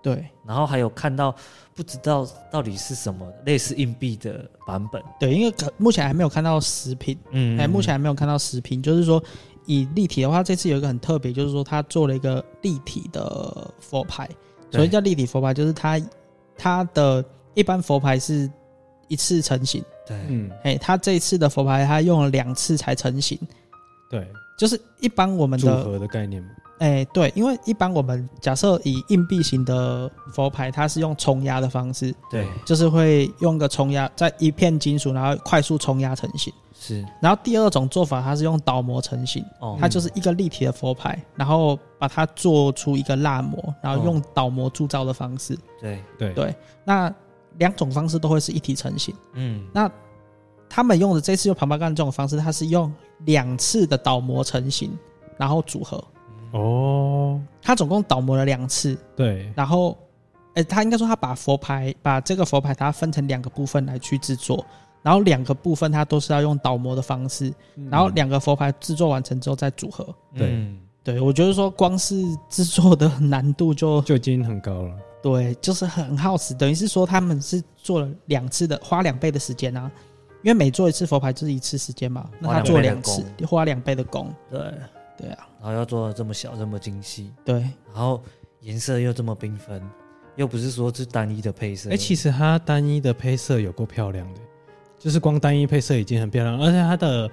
[SPEAKER 1] 对
[SPEAKER 3] 然后还有看到不知道到底是什么类似硬币的版本，
[SPEAKER 1] 对，因为可目前还没有看到食品，
[SPEAKER 3] 嗯
[SPEAKER 1] 哎、目前还没有看到食品，就是说以立体的话，这次有一个很特别，就是说它做了一个立体的佛牌，所以叫立体佛牌，就是它它的一般佛牌是一次成型。
[SPEAKER 3] 对，
[SPEAKER 2] 嗯，
[SPEAKER 1] 哎、他这一次的佛牌他用了两次才成型，
[SPEAKER 2] 对，
[SPEAKER 1] 就是一般我们
[SPEAKER 2] 组
[SPEAKER 1] 的
[SPEAKER 2] 合的概念嘛。
[SPEAKER 1] 哎、对，因为一般我们假设以硬币型的佛牌，它是用冲压的方式，
[SPEAKER 3] 对，
[SPEAKER 1] 就是会用个冲压，在一片金属，然后快速冲压成型。
[SPEAKER 3] 是
[SPEAKER 1] 然后第二种做法，它是用倒模成型，
[SPEAKER 3] 哦，
[SPEAKER 1] 嗯它就是一个立体的佛牌，然后把它做出一个蜡模，然
[SPEAKER 2] 哦
[SPEAKER 1] 后用倒模铸造的方式。
[SPEAKER 3] 对，
[SPEAKER 2] 对
[SPEAKER 1] 对那两种方式都会是一体成型。
[SPEAKER 3] 嗯，
[SPEAKER 1] 他们用的这次用旁白干这种方式，它是用两次的倒模成型，然后组合。
[SPEAKER 2] 哦，
[SPEAKER 1] 它总共倒模了两次，
[SPEAKER 2] 对，
[SPEAKER 1] 然后，哎、他应该说他把佛牌，把这个佛牌它分成两个部分来去制作，然后两个部分它都是要用倒模的方式，
[SPEAKER 2] 嗯
[SPEAKER 1] 然后两个佛牌制作完成之后再组合。
[SPEAKER 2] 对
[SPEAKER 3] 嗯
[SPEAKER 1] 对，我觉得说光是制作的难度就
[SPEAKER 2] 就已经很高了。
[SPEAKER 1] 对，就是很耗时，等于是说他们是做了两次的，花两倍的时间啊，因为每做一次佛牌就是一次时间嘛，那他做两次，花两倍的功。
[SPEAKER 3] 对，
[SPEAKER 1] 对啊，
[SPEAKER 3] 然后要做的这么小这么精细，
[SPEAKER 1] 对，
[SPEAKER 3] 然后颜色又这么缤纷，又不是说是单一的配色。
[SPEAKER 2] 哎、其实它单一的配色有够漂亮的，就是光单一配色已经很漂亮，而且它的，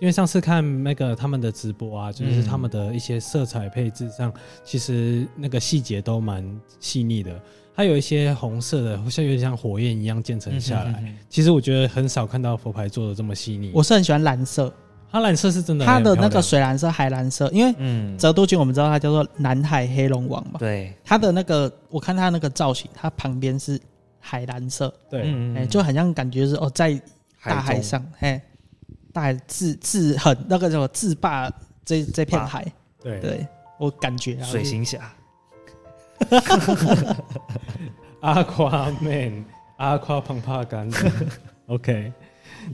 [SPEAKER 2] 因为上次看那个他们的直播啊，就是
[SPEAKER 3] 嗯
[SPEAKER 2] 他们的一些色彩配置上，其实那个细节都蛮细腻的。它有一些红色的，像有点像火焰一样渐层下来。
[SPEAKER 3] 嗯哼
[SPEAKER 2] 其实我觉得很少看到佛牌做的这么细腻。
[SPEAKER 1] 我是很喜欢蓝色，
[SPEAKER 2] 它蓝色是真的
[SPEAKER 1] 它
[SPEAKER 2] 很漂
[SPEAKER 1] 的
[SPEAKER 2] 亮，
[SPEAKER 1] 那个水蓝色、海蓝色，因为
[SPEAKER 3] 嗯，
[SPEAKER 1] 折度君我们知道它叫做南海黑龙王嘛，
[SPEAKER 3] 对，
[SPEAKER 1] 它的那个我看它那个造型，它旁边是海蓝色，
[SPEAKER 2] 对，
[SPEAKER 1] 哎、
[SPEAKER 3] 嗯
[SPEAKER 1] 就很像感觉是哦在大海
[SPEAKER 3] 中
[SPEAKER 1] 上，哎、大海自自很那个什么自霸这这片海，
[SPEAKER 2] 对
[SPEAKER 1] 对我感觉啊，
[SPEAKER 3] 水行侠，
[SPEAKER 2] Aquaman、Aqua 庞帕干
[SPEAKER 3] (laughs)
[SPEAKER 2] ，OK。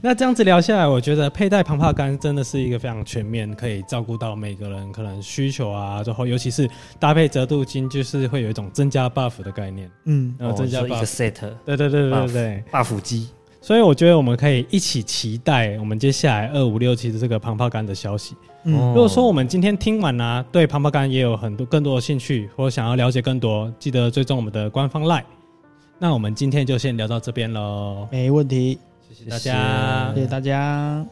[SPEAKER 2] 那这样子聊下来，我觉得佩戴庞帕干真的是一个非常全面，可以照顾到每个人可能需求啊，然后尤其是搭配折度金，就是会有一种增加 buff 的概念，
[SPEAKER 1] 嗯，
[SPEAKER 2] 然后
[SPEAKER 3] 哦
[SPEAKER 2] 增加
[SPEAKER 3] 说一个
[SPEAKER 2] buff，、
[SPEAKER 3] set
[SPEAKER 2] 对对对对
[SPEAKER 3] buff
[SPEAKER 2] 对对。
[SPEAKER 3] buff 机，
[SPEAKER 2] 所以我觉得我们可以一起期待我们接下来二五六七的这个庞帕干的消息。
[SPEAKER 1] 嗯
[SPEAKER 3] 哦
[SPEAKER 2] 如果说我们今天听完啦、对庞庞干也有很多更多的兴趣，或想要了解更多，记得追踪我们的官方 LINE。那我们今天就先聊到这边喽，
[SPEAKER 1] 没问题，
[SPEAKER 2] 谢谢大家，
[SPEAKER 1] 谢谢大家。